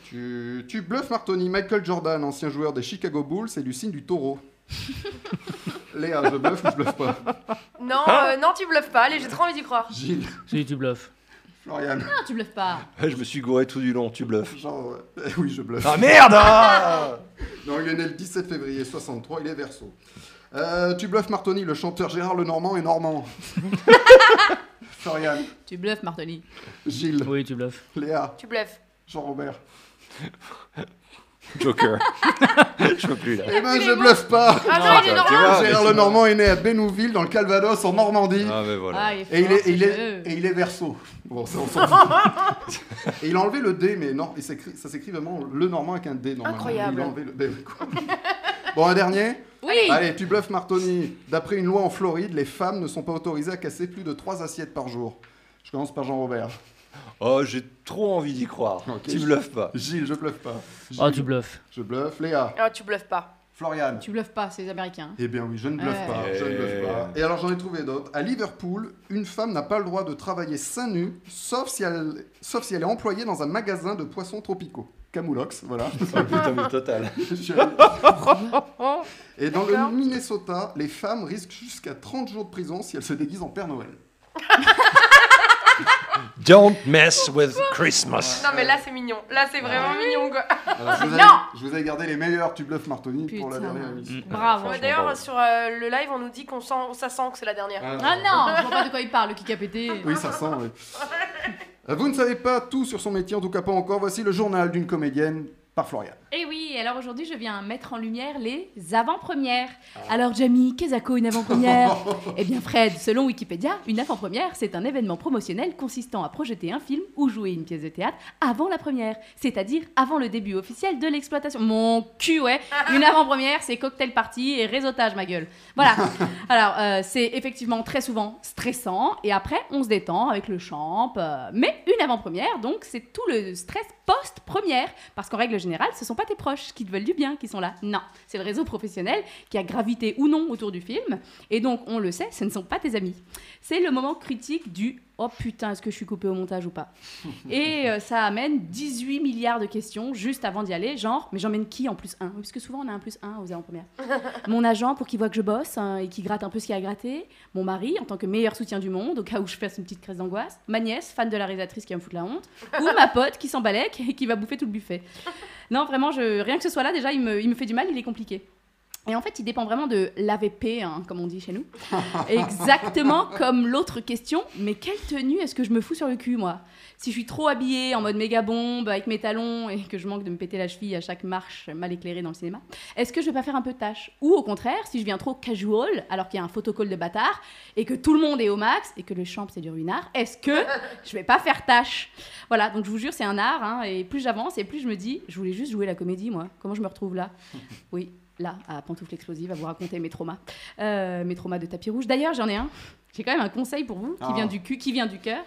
[SPEAKER 2] tu, tu bluffes Martoni. Michael Jordan, ancien joueur des Chicago Bulls, c'est du signe du taureau. Léa, je bluffe ou je bluffe pas
[SPEAKER 4] Non, euh, non, tu bluffes pas. Allez, j'ai trop envie d'y croire.
[SPEAKER 2] Gilles.
[SPEAKER 3] Si, tu bluffes.
[SPEAKER 2] Florian.
[SPEAKER 8] Non tu bluffes pas.
[SPEAKER 5] Eh, Je me suis gouré tout du long, tu bluffes.
[SPEAKER 2] Genre, ouais. Eh oui, je bluffe.
[SPEAKER 5] Ah merde ah
[SPEAKER 2] Non, il est né le 17 février 63, il est verso. Euh, tu bluffes Martoni, le chanteur Gérard Lenormand est normand. Florian,
[SPEAKER 8] Tu bluffes Martoni.
[SPEAKER 2] Gilles.
[SPEAKER 3] Oui, tu bluffes.
[SPEAKER 2] Léa,
[SPEAKER 4] Tu bluffes.
[SPEAKER 2] Jean-Robert.
[SPEAKER 5] (laughs) (laughs) Joker. je peux plus là.
[SPEAKER 2] Eh ben, je bluffe pas
[SPEAKER 4] Ah non, il est
[SPEAKER 5] Tu vois,
[SPEAKER 4] normal.
[SPEAKER 5] mais
[SPEAKER 2] Gérard
[SPEAKER 5] c'est-
[SPEAKER 2] Lenormand est né à Bénouville, dans le Calvados, en Normandie.
[SPEAKER 5] Ah, mais voilà.
[SPEAKER 8] Ah, il est fort,
[SPEAKER 2] et, il est,
[SPEAKER 8] ce
[SPEAKER 2] et il est-
[SPEAKER 8] jeu.
[SPEAKER 2] et il est verso. Bon, ça, on s'en fout. et il a enlevé le D, mais non, il s'écrit- ça s'écrit vraiment le normand avec un D. Normalement.
[SPEAKER 4] Incroyable.
[SPEAKER 2] Il a enlevé le- ben, quoi. bon, un dernier
[SPEAKER 4] Oui.
[SPEAKER 2] Allez, tu bluffes, Martoni. D'après une loi en Floride, les femmes ne sont pas autorisées à casser plus de 3 assiettes par jour. Je commence par Jean-Robert.
[SPEAKER 5] Oh, j'ai trop envie d'y croire. Tu bluffes pas.
[SPEAKER 2] Gilles, je bluffe pas.
[SPEAKER 3] Oh, tu bluffes.
[SPEAKER 2] Je bluffe. Léa.
[SPEAKER 4] Ah, tu bluffes pas.
[SPEAKER 2] Florian.
[SPEAKER 8] Tu bluffes pas, c'est les Américains.
[SPEAKER 2] Eh bien oui, je ne bluffe
[SPEAKER 8] Ouais.
[SPEAKER 2] pas, je ne bluffe pas. Et alors j'en ai trouvé d'autres. À Liverpool, une femme n'a pas le droit de travailler seins nus, sauf si elle, sauf si elle est employée dans un magasin de poissons tropicaux. Camoulox, voilà.
[SPEAKER 5] putain, mais total.
[SPEAKER 3] Oh.
[SPEAKER 2] Et dans le Minnesota, les femmes risquent jusqu'à 30 jours de prison si elles se déguisent en Père Noël.
[SPEAKER 6] Don't mess with Christmas.
[SPEAKER 4] Non, mais là, c'est mignon. Là, c'est vraiment mignon, quoi.
[SPEAKER 2] Alors, je, vous avais,
[SPEAKER 4] non
[SPEAKER 2] je vous avais gardé les meilleurs, tu bluffes Martoni pour la
[SPEAKER 4] Putain. Mm.
[SPEAKER 2] dernière émission.
[SPEAKER 4] Ouais, D'ailleurs, sur euh, le live, on nous dit qu'on sent, ça sent que c'est la dernière.
[SPEAKER 2] Ah,
[SPEAKER 8] Ah non, je vois pas de quoi il parle, le kick a pété.
[SPEAKER 2] Oui, ça sent, oui. Euh, Vous ne savez pas tout sur son métier, en tout cas pas encore. Voici le journal d'une comédienne par Florian.
[SPEAKER 8] Et Eh oui, alors aujourd'hui, je viens mettre en lumière les avant-premières. Ah. Alors, Jamie, qu'est-ce qu'à quoi une avant-première Eh bien, Fred, selon Wikipédia, une avant-première, c'est un événement promotionnel consistant à projeter un film ou jouer une pièce de théâtre avant la première, c'est-à-dire avant le début officiel de l'exploitation. Mon cul, ouais Une avant-première, c'est cocktail party et réseautage, ma gueule. Voilà. (laughs) Alors, euh, c'est effectivement très souvent stressant, et après, on se détend avec le champ. euh, mais une avant-première, donc, c'est tout le stress post-première. Parce qu'en règle générale, ce sont pas tes proches qui te veulent du bien qui sont là. Non, c'est le réseau professionnel qui a gravité ou non autour du film. Et donc, on le sait, ce ne sont pas tes amis. C'est le moment critique du Oh putain, est-ce que je suis coupé au montage ou pas Et euh, ça amène 18 milliards de questions juste avant d'y aller, genre, mais j'emmène qui en plus 1 Parce que souvent on a un plus 1 aux avant-premières. Mon agent pour qu'il voit que je bosse hein, et qu'il gratte un peu ce qu'il y a à gratter. Mon mari en tant que meilleur soutien du monde, au cas où je fasse une petite crise d'angoisse. Ma nièce, fan de la réalisatrice qui va me foutre la honte. Ou ma pote qui s'en balèque et qui va bouffer tout le buffet. Non, vraiment, je... rien que ce soit là, déjà, il me, il me fait du mal, il est compliqué. Et en fait, il dépend vraiment de l'AVP, hein, comme on dit chez nous. Exactement comme l'autre question, mais quelle tenue est-ce que je me fous sur le cul, moi Si je suis trop habillée en mode méga bombe, avec mes talons, et que je manque de me péter la cheville à chaque marche mal éclairée dans le cinéma, est-ce que je vais pas faire un peu de tâche Ou au contraire, si je viens trop casual, alors qu'il y a un photocall de bâtard, et que tout le monde est au max, et que le champ c'est du ruinard, est-ce que je vais pas faire tâche Voilà, donc je vous jure, c'est un art, hein, et plus j'avance, et plus je me dis, je voulais juste jouer la comédie, moi. Comment je me retrouve là (laughs) Oui, là, à Pantoufle Explosive, à vous raconter mes traumas. Euh, mes traumas de tapis rouge. D'ailleurs, j'en ai un. J'ai quand même un conseil pour vous, qui
[SPEAKER 10] Ah.
[SPEAKER 8] vient du cul, qui vient du cœur,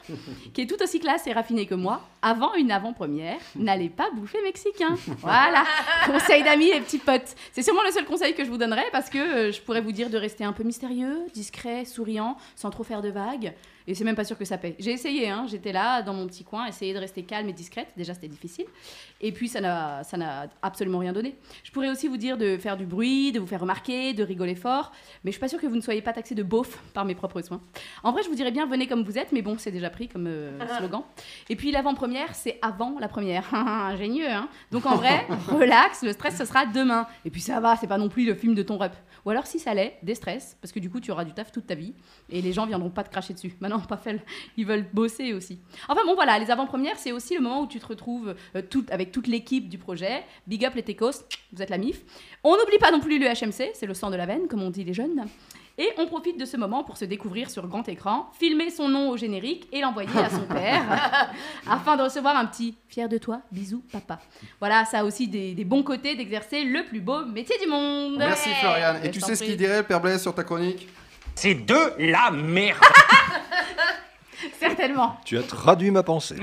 [SPEAKER 8] qui est tout aussi classe et raffiné que moi. Avant une avant-première, n'allez pas bouffer mexicain. Voilà, conseil d'amis et petits potes. C'est sûrement le seul conseil que je vous donnerai parce que euh, je pourrais vous dire de rester un peu mystérieux, discret, souriant, sans trop faire de vagues. Et c'est même pas sûr que ça paye. J'ai essayé, hein, j'étais là dans mon petit coin, essayer de rester calme et discrète. Déjà, c'était difficile. Et puis, ça n'a ça n'a absolument rien donné. Je pourrais aussi vous dire de faire du bruit, de vous faire remarquer, de rigoler fort. Mais je suis pas sûre que vous ne soyez pas taxé de beauf par mes propres soins. En vrai, je vous dirais bien, venez comme vous êtes, mais bon, c'est déjà pris comme euh, slogan. Et puis, l'avant-première, c'est avant la première. (laughs) Ingénieux, hein Donc, en vrai, relax, le stress, ce sera demain. Et puis, ça va, c'est pas non plus le film de ton rep. Ou alors, si ça l'est, déstresse, parce que du coup, tu auras du taf toute ta vie et les gens viendront pas te cracher dessus. Maintenant, (laughs) pas fait, ils veulent bosser aussi. Enfin, bon, voilà, les avant-premières, c'est aussi le moment où tu te retrouves euh, tout- avec toute l'équipe du projet. Big up les techos, vous êtes la MIF. On n'oublie pas non plus le HMC, c'est le sang de la veine, comme on dit les jeunes. Et on profite de ce moment pour se découvrir sur grand écran, filmer son nom au générique et l'envoyer à son père afin de recevoir un petit fier de toi, bisous papa. Voilà, ça a aussi des, des bons côtés d'exercer le plus beau métier du monde.
[SPEAKER 2] Merci Florian. Et
[SPEAKER 8] Je
[SPEAKER 2] tu
[SPEAKER 8] t'en
[SPEAKER 2] sais ce
[SPEAKER 8] prie.
[SPEAKER 2] qu'il dirait, le Père Blaise, sur ta chronique
[SPEAKER 6] C'est de la merde.
[SPEAKER 8] Certainement.
[SPEAKER 5] Tu as traduit ma pensée.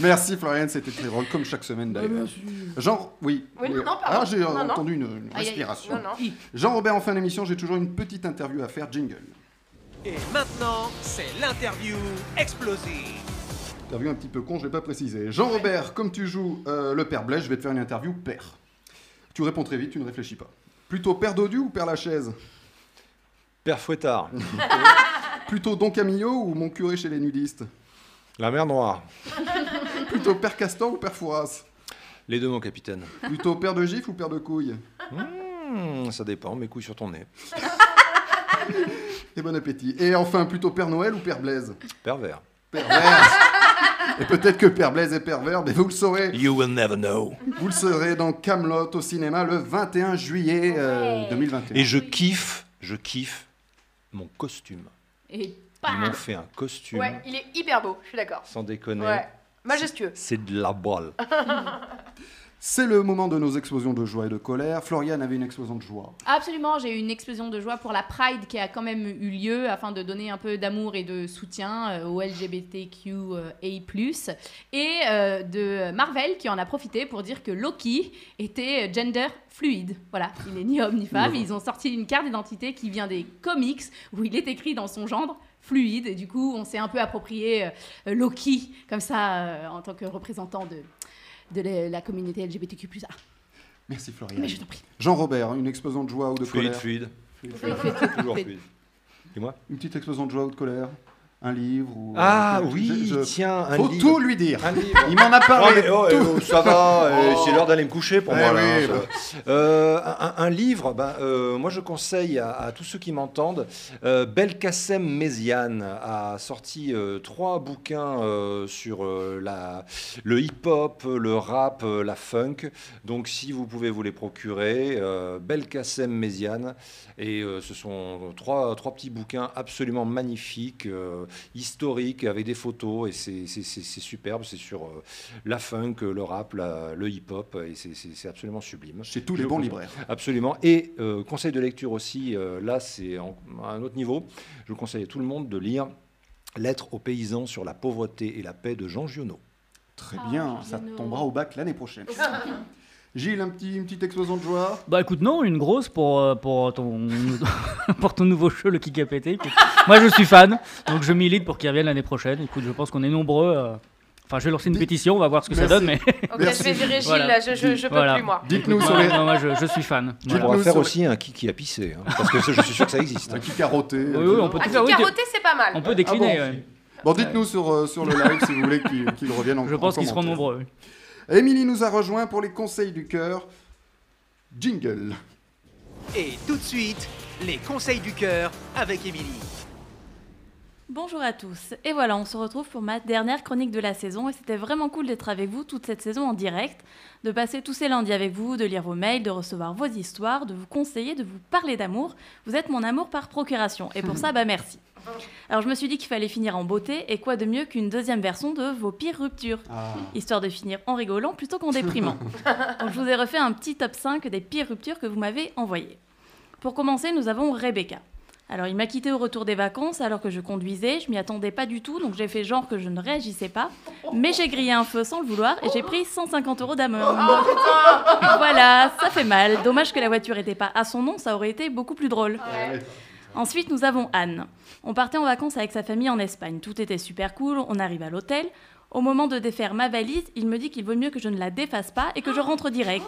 [SPEAKER 2] Merci Florian, c'était très drôle, comme chaque semaine d'ailleurs. Jean, oui.
[SPEAKER 4] Oui, non, non, pardon.
[SPEAKER 2] ah, j'ai
[SPEAKER 4] Non, non.
[SPEAKER 2] entendu une, une
[SPEAKER 4] Aïe, aïe.
[SPEAKER 2] respiration.
[SPEAKER 4] Non, non.
[SPEAKER 2] Jean-Robert, en fin d'émission, j'ai toujours une petite interview à faire, jingle.
[SPEAKER 1] Et maintenant, c'est l'interview explosive.
[SPEAKER 2] Interview un petit peu con, je l'ai pas précisé. Jean-Robert, comme tu joues euh, le père Blaise, je vais te faire une interview père. Tu réponds très vite, tu ne réfléchis pas. Plutôt père Dodu ou père Lachaise
[SPEAKER 5] Père Fouettard,
[SPEAKER 2] Plutôt Don Camillo ou mon curé chez les nudistes
[SPEAKER 5] la mer noire,
[SPEAKER 2] Plutôt père Castor ou père Fouras
[SPEAKER 5] les deux, mon capitaine.
[SPEAKER 2] Plutôt père de gifle ou père de couille
[SPEAKER 5] Hmm, ça dépend, mes couilles sur ton nez.
[SPEAKER 2] Et Eh, bon appétit. Et enfin, plutôt père Noël ou père Blaise
[SPEAKER 5] Pervers.
[SPEAKER 2] Et peut-être que Père Blaise est pervers, mais vous le saurez.
[SPEAKER 6] You will never know.
[SPEAKER 2] Vous le saurez dans Camelot au cinéma le 21 juillet euh, 2021.
[SPEAKER 5] Et je kiffe, je kiffe mon costume.
[SPEAKER 4] Et
[SPEAKER 8] Bah.
[SPEAKER 5] Ils m'ont
[SPEAKER 4] bam
[SPEAKER 5] fait un costume,
[SPEAKER 4] Ouais, il est hyper beau, je suis d'accord.
[SPEAKER 5] sans déconner.
[SPEAKER 4] Ouais, majestueux.
[SPEAKER 5] C'est de la balle.
[SPEAKER 2] C'est le moment de nos explosions de joie et de colère. Floriane avait une explosion de joie.
[SPEAKER 8] Absolument, j'ai eu une explosion de joie pour la Pride qui a quand même eu lieu afin de donner un peu d'amour et de soutien euh, aux LGBTQIA+, euh, et euh, de Marvel qui en a profité pour dire que Loki était gender fluide. Voilà, il n'est ni homme ni femme,
[SPEAKER 2] Mmh.
[SPEAKER 8] ils ont sorti une carte d'identité qui vient des comics où il est écrit dans son genre fluide, et du coup on s'est un peu approprié euh, Loki comme ça euh, en tant que représentant de, de la- la communauté LGBTQ+.
[SPEAKER 2] Merci Florian.
[SPEAKER 8] Mais je t'en prie.
[SPEAKER 2] Jean-Robert, une explosion de joie ou de
[SPEAKER 5] Fluide,
[SPEAKER 2] colère
[SPEAKER 5] fluide.
[SPEAKER 2] Fluide,
[SPEAKER 5] Fluide,
[SPEAKER 2] fluide.
[SPEAKER 5] fluide, toujours fluide. Dis-moi.
[SPEAKER 2] Une petite explosion de joie ou de colère Un livre ou...
[SPEAKER 5] Ah
[SPEAKER 2] Je-
[SPEAKER 5] oui,
[SPEAKER 2] je-
[SPEAKER 5] tiens, un
[SPEAKER 2] Faut
[SPEAKER 5] livre.
[SPEAKER 2] tout lui dire.
[SPEAKER 5] Un livre.
[SPEAKER 2] Il m'en a
[SPEAKER 5] Non,
[SPEAKER 2] parlé.
[SPEAKER 5] mais, oh,
[SPEAKER 2] tout.
[SPEAKER 5] euh, ça va, euh, c'est l'heure d'aller me coucher pour
[SPEAKER 2] Eh
[SPEAKER 5] moi. là,
[SPEAKER 2] oui,
[SPEAKER 5] hein,
[SPEAKER 2] bah.
[SPEAKER 5] ça. Euh, un, un livre, ben, euh, moi je conseille à, à tous ceux qui m'entendent. euh, Belkacem Méziane a sorti euh, trois bouquins euh, sur euh, la, le hip-hop, le rap, euh, la funk. Donc si vous pouvez vous les procurer, euh, Belkacem Méziane. Et euh, ce sont trois, trois petits bouquins absolument magnifiques, euh, historiques, avec des photos. Et c'est- c'est c'est- c'est superbe. C'est sur euh, la funk, euh, le rap, la- le hip-hop. Et c'est- c'est c'est absolument sublime.
[SPEAKER 2] Chez tous
[SPEAKER 5] Je
[SPEAKER 2] les bons
[SPEAKER 5] vous-
[SPEAKER 2] libraires.
[SPEAKER 8] Ah,
[SPEAKER 5] Absolument. Et euh, conseil de lecture aussi, euh, là c'est en- à un autre niveau. Je vous conseille à tout le monde de lire Lettre aux paysans sur la pauvreté et la paix de Jean Giono.
[SPEAKER 2] Très Eh bien, ça tombera au bac
[SPEAKER 8] (laughs)
[SPEAKER 2] l'année prochaine. Gilles, un petit, une petite explosion de joie
[SPEAKER 3] Bah écoute, non, une grosse pour, euh, pour, ton, (laughs) pour ton nouveau jeu, le kick à péter. que- Moi je suis fan, donc je milite pour qu'il revienne l'année prochaine. Écoute, je pense qu'on est nombreux. euh, Enfin, je vais lancer une pétition, on va voir ce que ça
[SPEAKER 2] Merci.
[SPEAKER 3] donne. Mais...
[SPEAKER 2] Ok, je vais virer
[SPEAKER 4] Gilles, là, je- je- je peux plus, moi.
[SPEAKER 2] Dites-nous
[SPEAKER 3] Écoute,
[SPEAKER 2] sur les-
[SPEAKER 3] (laughs) non, moi, je, je suis fan.
[SPEAKER 5] On pourra faire aussi un kiki à pisser, hein, parce que ça, je suis sûr que ça existe. hein. Un
[SPEAKER 2] kiki à roter.
[SPEAKER 3] Oui, oui, on peut
[SPEAKER 4] Ah,
[SPEAKER 3] tout faire. oui, tu-
[SPEAKER 4] carotter, c'est pas mal.
[SPEAKER 3] décliner,
[SPEAKER 2] Ah bon,
[SPEAKER 3] ouais.
[SPEAKER 2] euh, Bon, dites-nous sur, euh, sur le live si vous voulez qu'il qu'il revienne en
[SPEAKER 3] Je pense
[SPEAKER 2] en
[SPEAKER 3] qu'ils seront
[SPEAKER 2] commentaire.
[SPEAKER 3] nombreux. oui.
[SPEAKER 2] Émilie nous a rejoint pour les conseils du cœur. Jingle.
[SPEAKER 1] Et tout de suite, les conseils du cœur avec Émilie.
[SPEAKER 7] Bonjour à tous. Et voilà, on se retrouve pour ma dernière chronique de la saison. Et c'était vraiment cool d'être avec vous toute cette saison en direct, de passer tous ces lundis avec vous, de lire vos mails, de recevoir vos histoires, de vous conseiller, de vous parler d'amour. Vous êtes mon amour par procuration. Et pour ça, bah merci. Alors je me suis dit qu'il fallait finir en beauté. Et quoi de mieux qu'une deuxième version de vos pires ruptures
[SPEAKER 10] Ah.
[SPEAKER 7] Histoire de finir en rigolant plutôt qu'en déprimant. Donc je vous ai refait un petit top 5 des pires ruptures que vous m'avez envoyées. Pour commencer, nous avons Rebecca. Alors, il m'a quitté au retour des vacances alors que je conduisais, je m'y attendais pas du tout, donc j'ai fait genre que je ne réagissais pas. Mais j'ai grillé un feu sans le vouloir et j'ai pris 150 euros d'amende. voilà, ça fait mal. Dommage que la voiture n'était pas à son nom, ça aurait été beaucoup plus drôle. Ensuite, nous avons Anne. On partait en vacances avec sa famille en Espagne. Tout était super cool, on arrive à l'hôtel. Au moment de défaire ma valise, il me dit qu'il vaut mieux que je ne la défasse pas et que je rentre direct.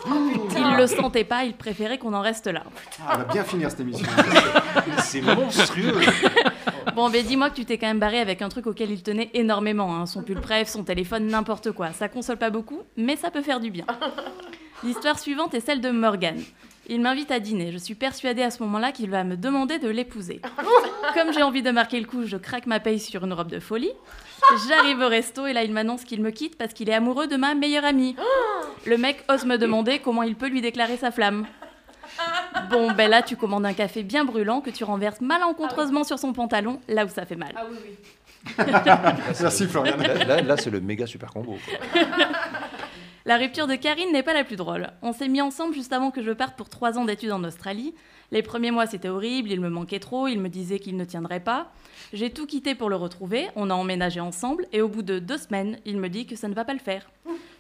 [SPEAKER 7] il le sentait pas, il préférait qu'on en reste là.
[SPEAKER 2] Ah, on va bien finir cette
[SPEAKER 5] (laughs)
[SPEAKER 2] émission.
[SPEAKER 5] C'est monstrueux.
[SPEAKER 7] Bon, mais dis-moi que tu t'es quand même barré avec un truc auquel il tenait énormément. hein. Son pull bref, son téléphone, n'importe quoi. Ça console pas beaucoup, mais ça peut faire du bien. L'histoire suivante est celle de Morgan. Il m'invite à dîner. Je suis persuadée à ce moment-là qu'il va me demander de l'épouser. Comme j'ai envie de marquer le coup, je craque ma paye sur une robe de folie. J'arrive au resto et là, il m'annonce qu'il me quitte parce qu'il est amoureux de ma meilleure amie. Le mec ose me demander comment il peut lui déclarer sa flamme. Bon, ben là, tu commandes un café bien brûlant que tu renverses malencontreusement sur son pantalon, là où ça fait mal.
[SPEAKER 2] Merci, Florian.
[SPEAKER 5] Là, là- là, c'est le méga super combo. quoi.
[SPEAKER 7] La rupture de Karine n'est pas la plus drôle. On s'est mis ensemble juste avant que je parte pour trois ans d'études en Australie. Les premiers mois, c'était horrible, il me manquait trop, il me disait qu'il ne tiendrait pas. J'ai tout quitté pour le retrouver, on a emménagé ensemble, et au bout de deux semaines, il me dit que ça ne va pas le faire.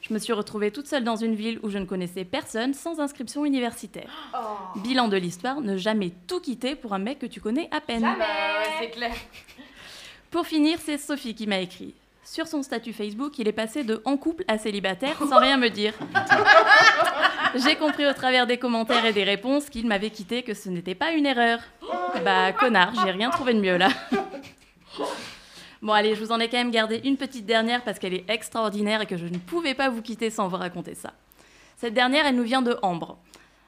[SPEAKER 7] Je me suis retrouvée toute seule dans une ville où je ne connaissais personne, sans inscription universitaire.
[SPEAKER 4] Oh,
[SPEAKER 7] Bilan de l'histoire, ne jamais tout quitter pour un mec que tu connais à peine.
[SPEAKER 4] Jamais, c'est clair.
[SPEAKER 7] Pour finir, c'est Sophie qui m'a écrit. Sur son statut Facebook, il est passé de en couple à célibataire sans rien me dire. J'ai compris au travers des commentaires et des réponses qu'il m'avait quitté, que ce n'était pas une erreur. Bah connard, j'ai rien trouvé de mieux là. Bon allez, je vous en ai quand même gardé une petite dernière parce qu'elle est extraordinaire et que je ne pouvais pas vous quitter sans vous raconter ça. Cette dernière, elle nous vient de Ambre.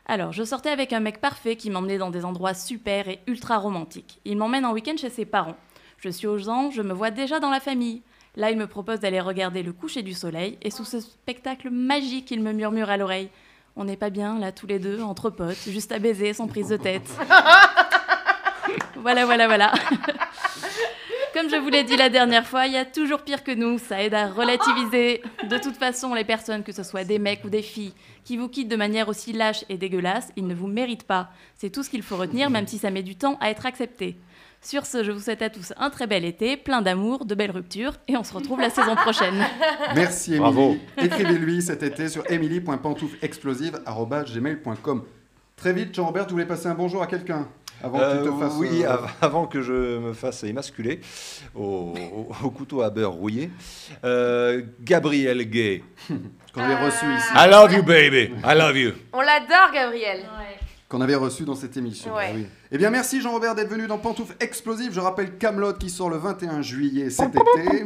[SPEAKER 7] Alors, je sortais avec un mec parfait qui m'emmenait dans des endroits super et ultra romantiques. Il m'emmène en week-end chez ses parents. Je suis aux anges, je me vois déjà dans la famille. Là, il me propose d'aller regarder le coucher du soleil et sous ce spectacle magique, il me murmure à l'oreille On n'est pas bien là tous les deux, entre potes, juste à baiser sans prise de tête. voilà, voilà, voilà. (laughs) Comme je vous l'ai dit la dernière fois, il y a toujours pire que nous, ça aide à relativiser. De toute façon, les personnes, que ce soit des mecs ou des filles, qui vous quittent de manière aussi lâche et dégueulasse, ils ne vous méritent pas. C'est tout ce qu'il faut retenir, même si ça met du temps à être accepté. Sur ce, je vous souhaite à tous un très bel été, plein d'amour, de belles ruptures, et on se retrouve la saison prochaine.
[SPEAKER 2] Merci
[SPEAKER 5] Bravo.
[SPEAKER 2] Émilie. Écrivez-lui cet été sur emily.pantouflexplosive.gmail.com. Très vite, Jean-Robert, tu voulais passer un bonjour à quelqu'un avant que tu
[SPEAKER 5] Euh,
[SPEAKER 2] te fasses.
[SPEAKER 5] Oui,
[SPEAKER 2] euh,
[SPEAKER 5] av- avant que je me fasse émasculer au, au- au couteau à beurre rouillé. Euh, Gabriel Gay.
[SPEAKER 2] Qu'on avait reçu ici.
[SPEAKER 5] I love you, baby. I love you.
[SPEAKER 4] On l'adore, Gabriel.
[SPEAKER 2] qu'on avait reçu dans cette émission.
[SPEAKER 4] Ouais.
[SPEAKER 2] Ah oui. Eh bien, merci Jean-Robert d'être venu dans Pantouf Explosive. Je rappelle Camelot qui sort le 21 juillet cet été.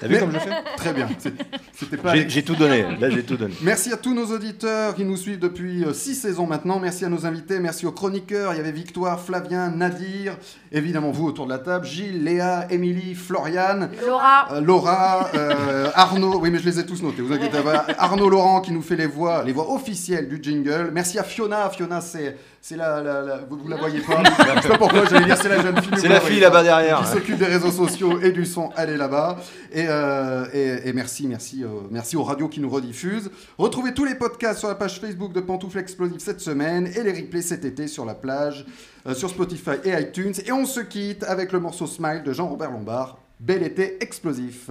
[SPEAKER 5] T'as vu comme je fais
[SPEAKER 2] Très bien. C'est- C'était pas.
[SPEAKER 5] J'ai
[SPEAKER 2] avec-
[SPEAKER 5] j'ai tout donné. Là, j'ai tout
[SPEAKER 2] (laughs)
[SPEAKER 5] donné.
[SPEAKER 2] Merci à tous nos auditeurs qui nous suivent depuis 6 saisons maintenant. Merci à nos invités, merci aux chroniqueurs. Il y avait Victoire, Flavien, Nadir, évidemment vous autour de la table, Gilles, Léa, Émilie, Floriane,
[SPEAKER 4] Laura.
[SPEAKER 2] euh, Laura, euh, Arnaud. Oui, mais je les ai tous notés, vous inquiétez pas. Arnaud Laurent qui nous fait les voix, les voix officielles du jingle. Merci à Fiona. Fiona, c'est c'est la, la- la- vous, vous la
[SPEAKER 5] (laughs)
[SPEAKER 2] voyez pas. je sais pas pourquoi j'allais dire c'est la jeune fille. mais
[SPEAKER 5] C'est
[SPEAKER 2] vous
[SPEAKER 5] la
[SPEAKER 2] voyez
[SPEAKER 5] fille
[SPEAKER 2] pas.
[SPEAKER 5] là-bas derrière.
[SPEAKER 2] Qui s'occupe des réseaux sociaux et du son, elle est là-bas. Et, euh, et- et merci, merci, euh, merci aux radios qui nous rediffusent. Retrouvez tous les podcasts sur la page Facebook de Pantoufle Explosive cette semaine et les replays cet été sur la plage, euh, sur Spotify et iTunes. Et on se quitte avec le morceau Smile de Jean-Robert Lombard. Bel été explosif.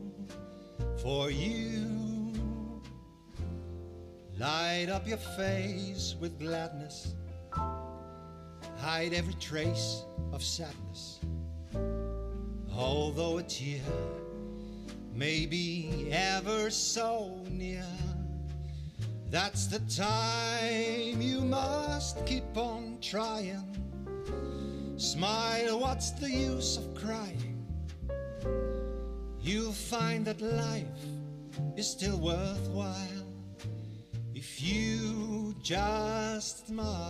[SPEAKER 10] for you. Light up your face with gladness, hide every trace of sadness. Although a tear may be ever so near, that's the time you must keep on trying. Smile, what's the use of crying? You'll find that life is still worthwhile if you just smile.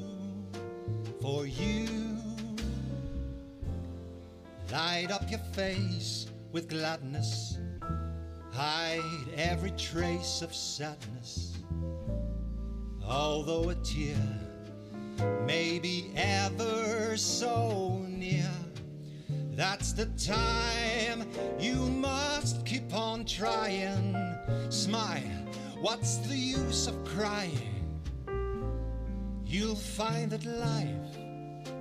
[SPEAKER 10] for you. Light up your face with gladness, hide every trace of sadness. Although a tear may be ever so near, that's the time you must keep on trying. Smile, what's the use of crying? You'll find that life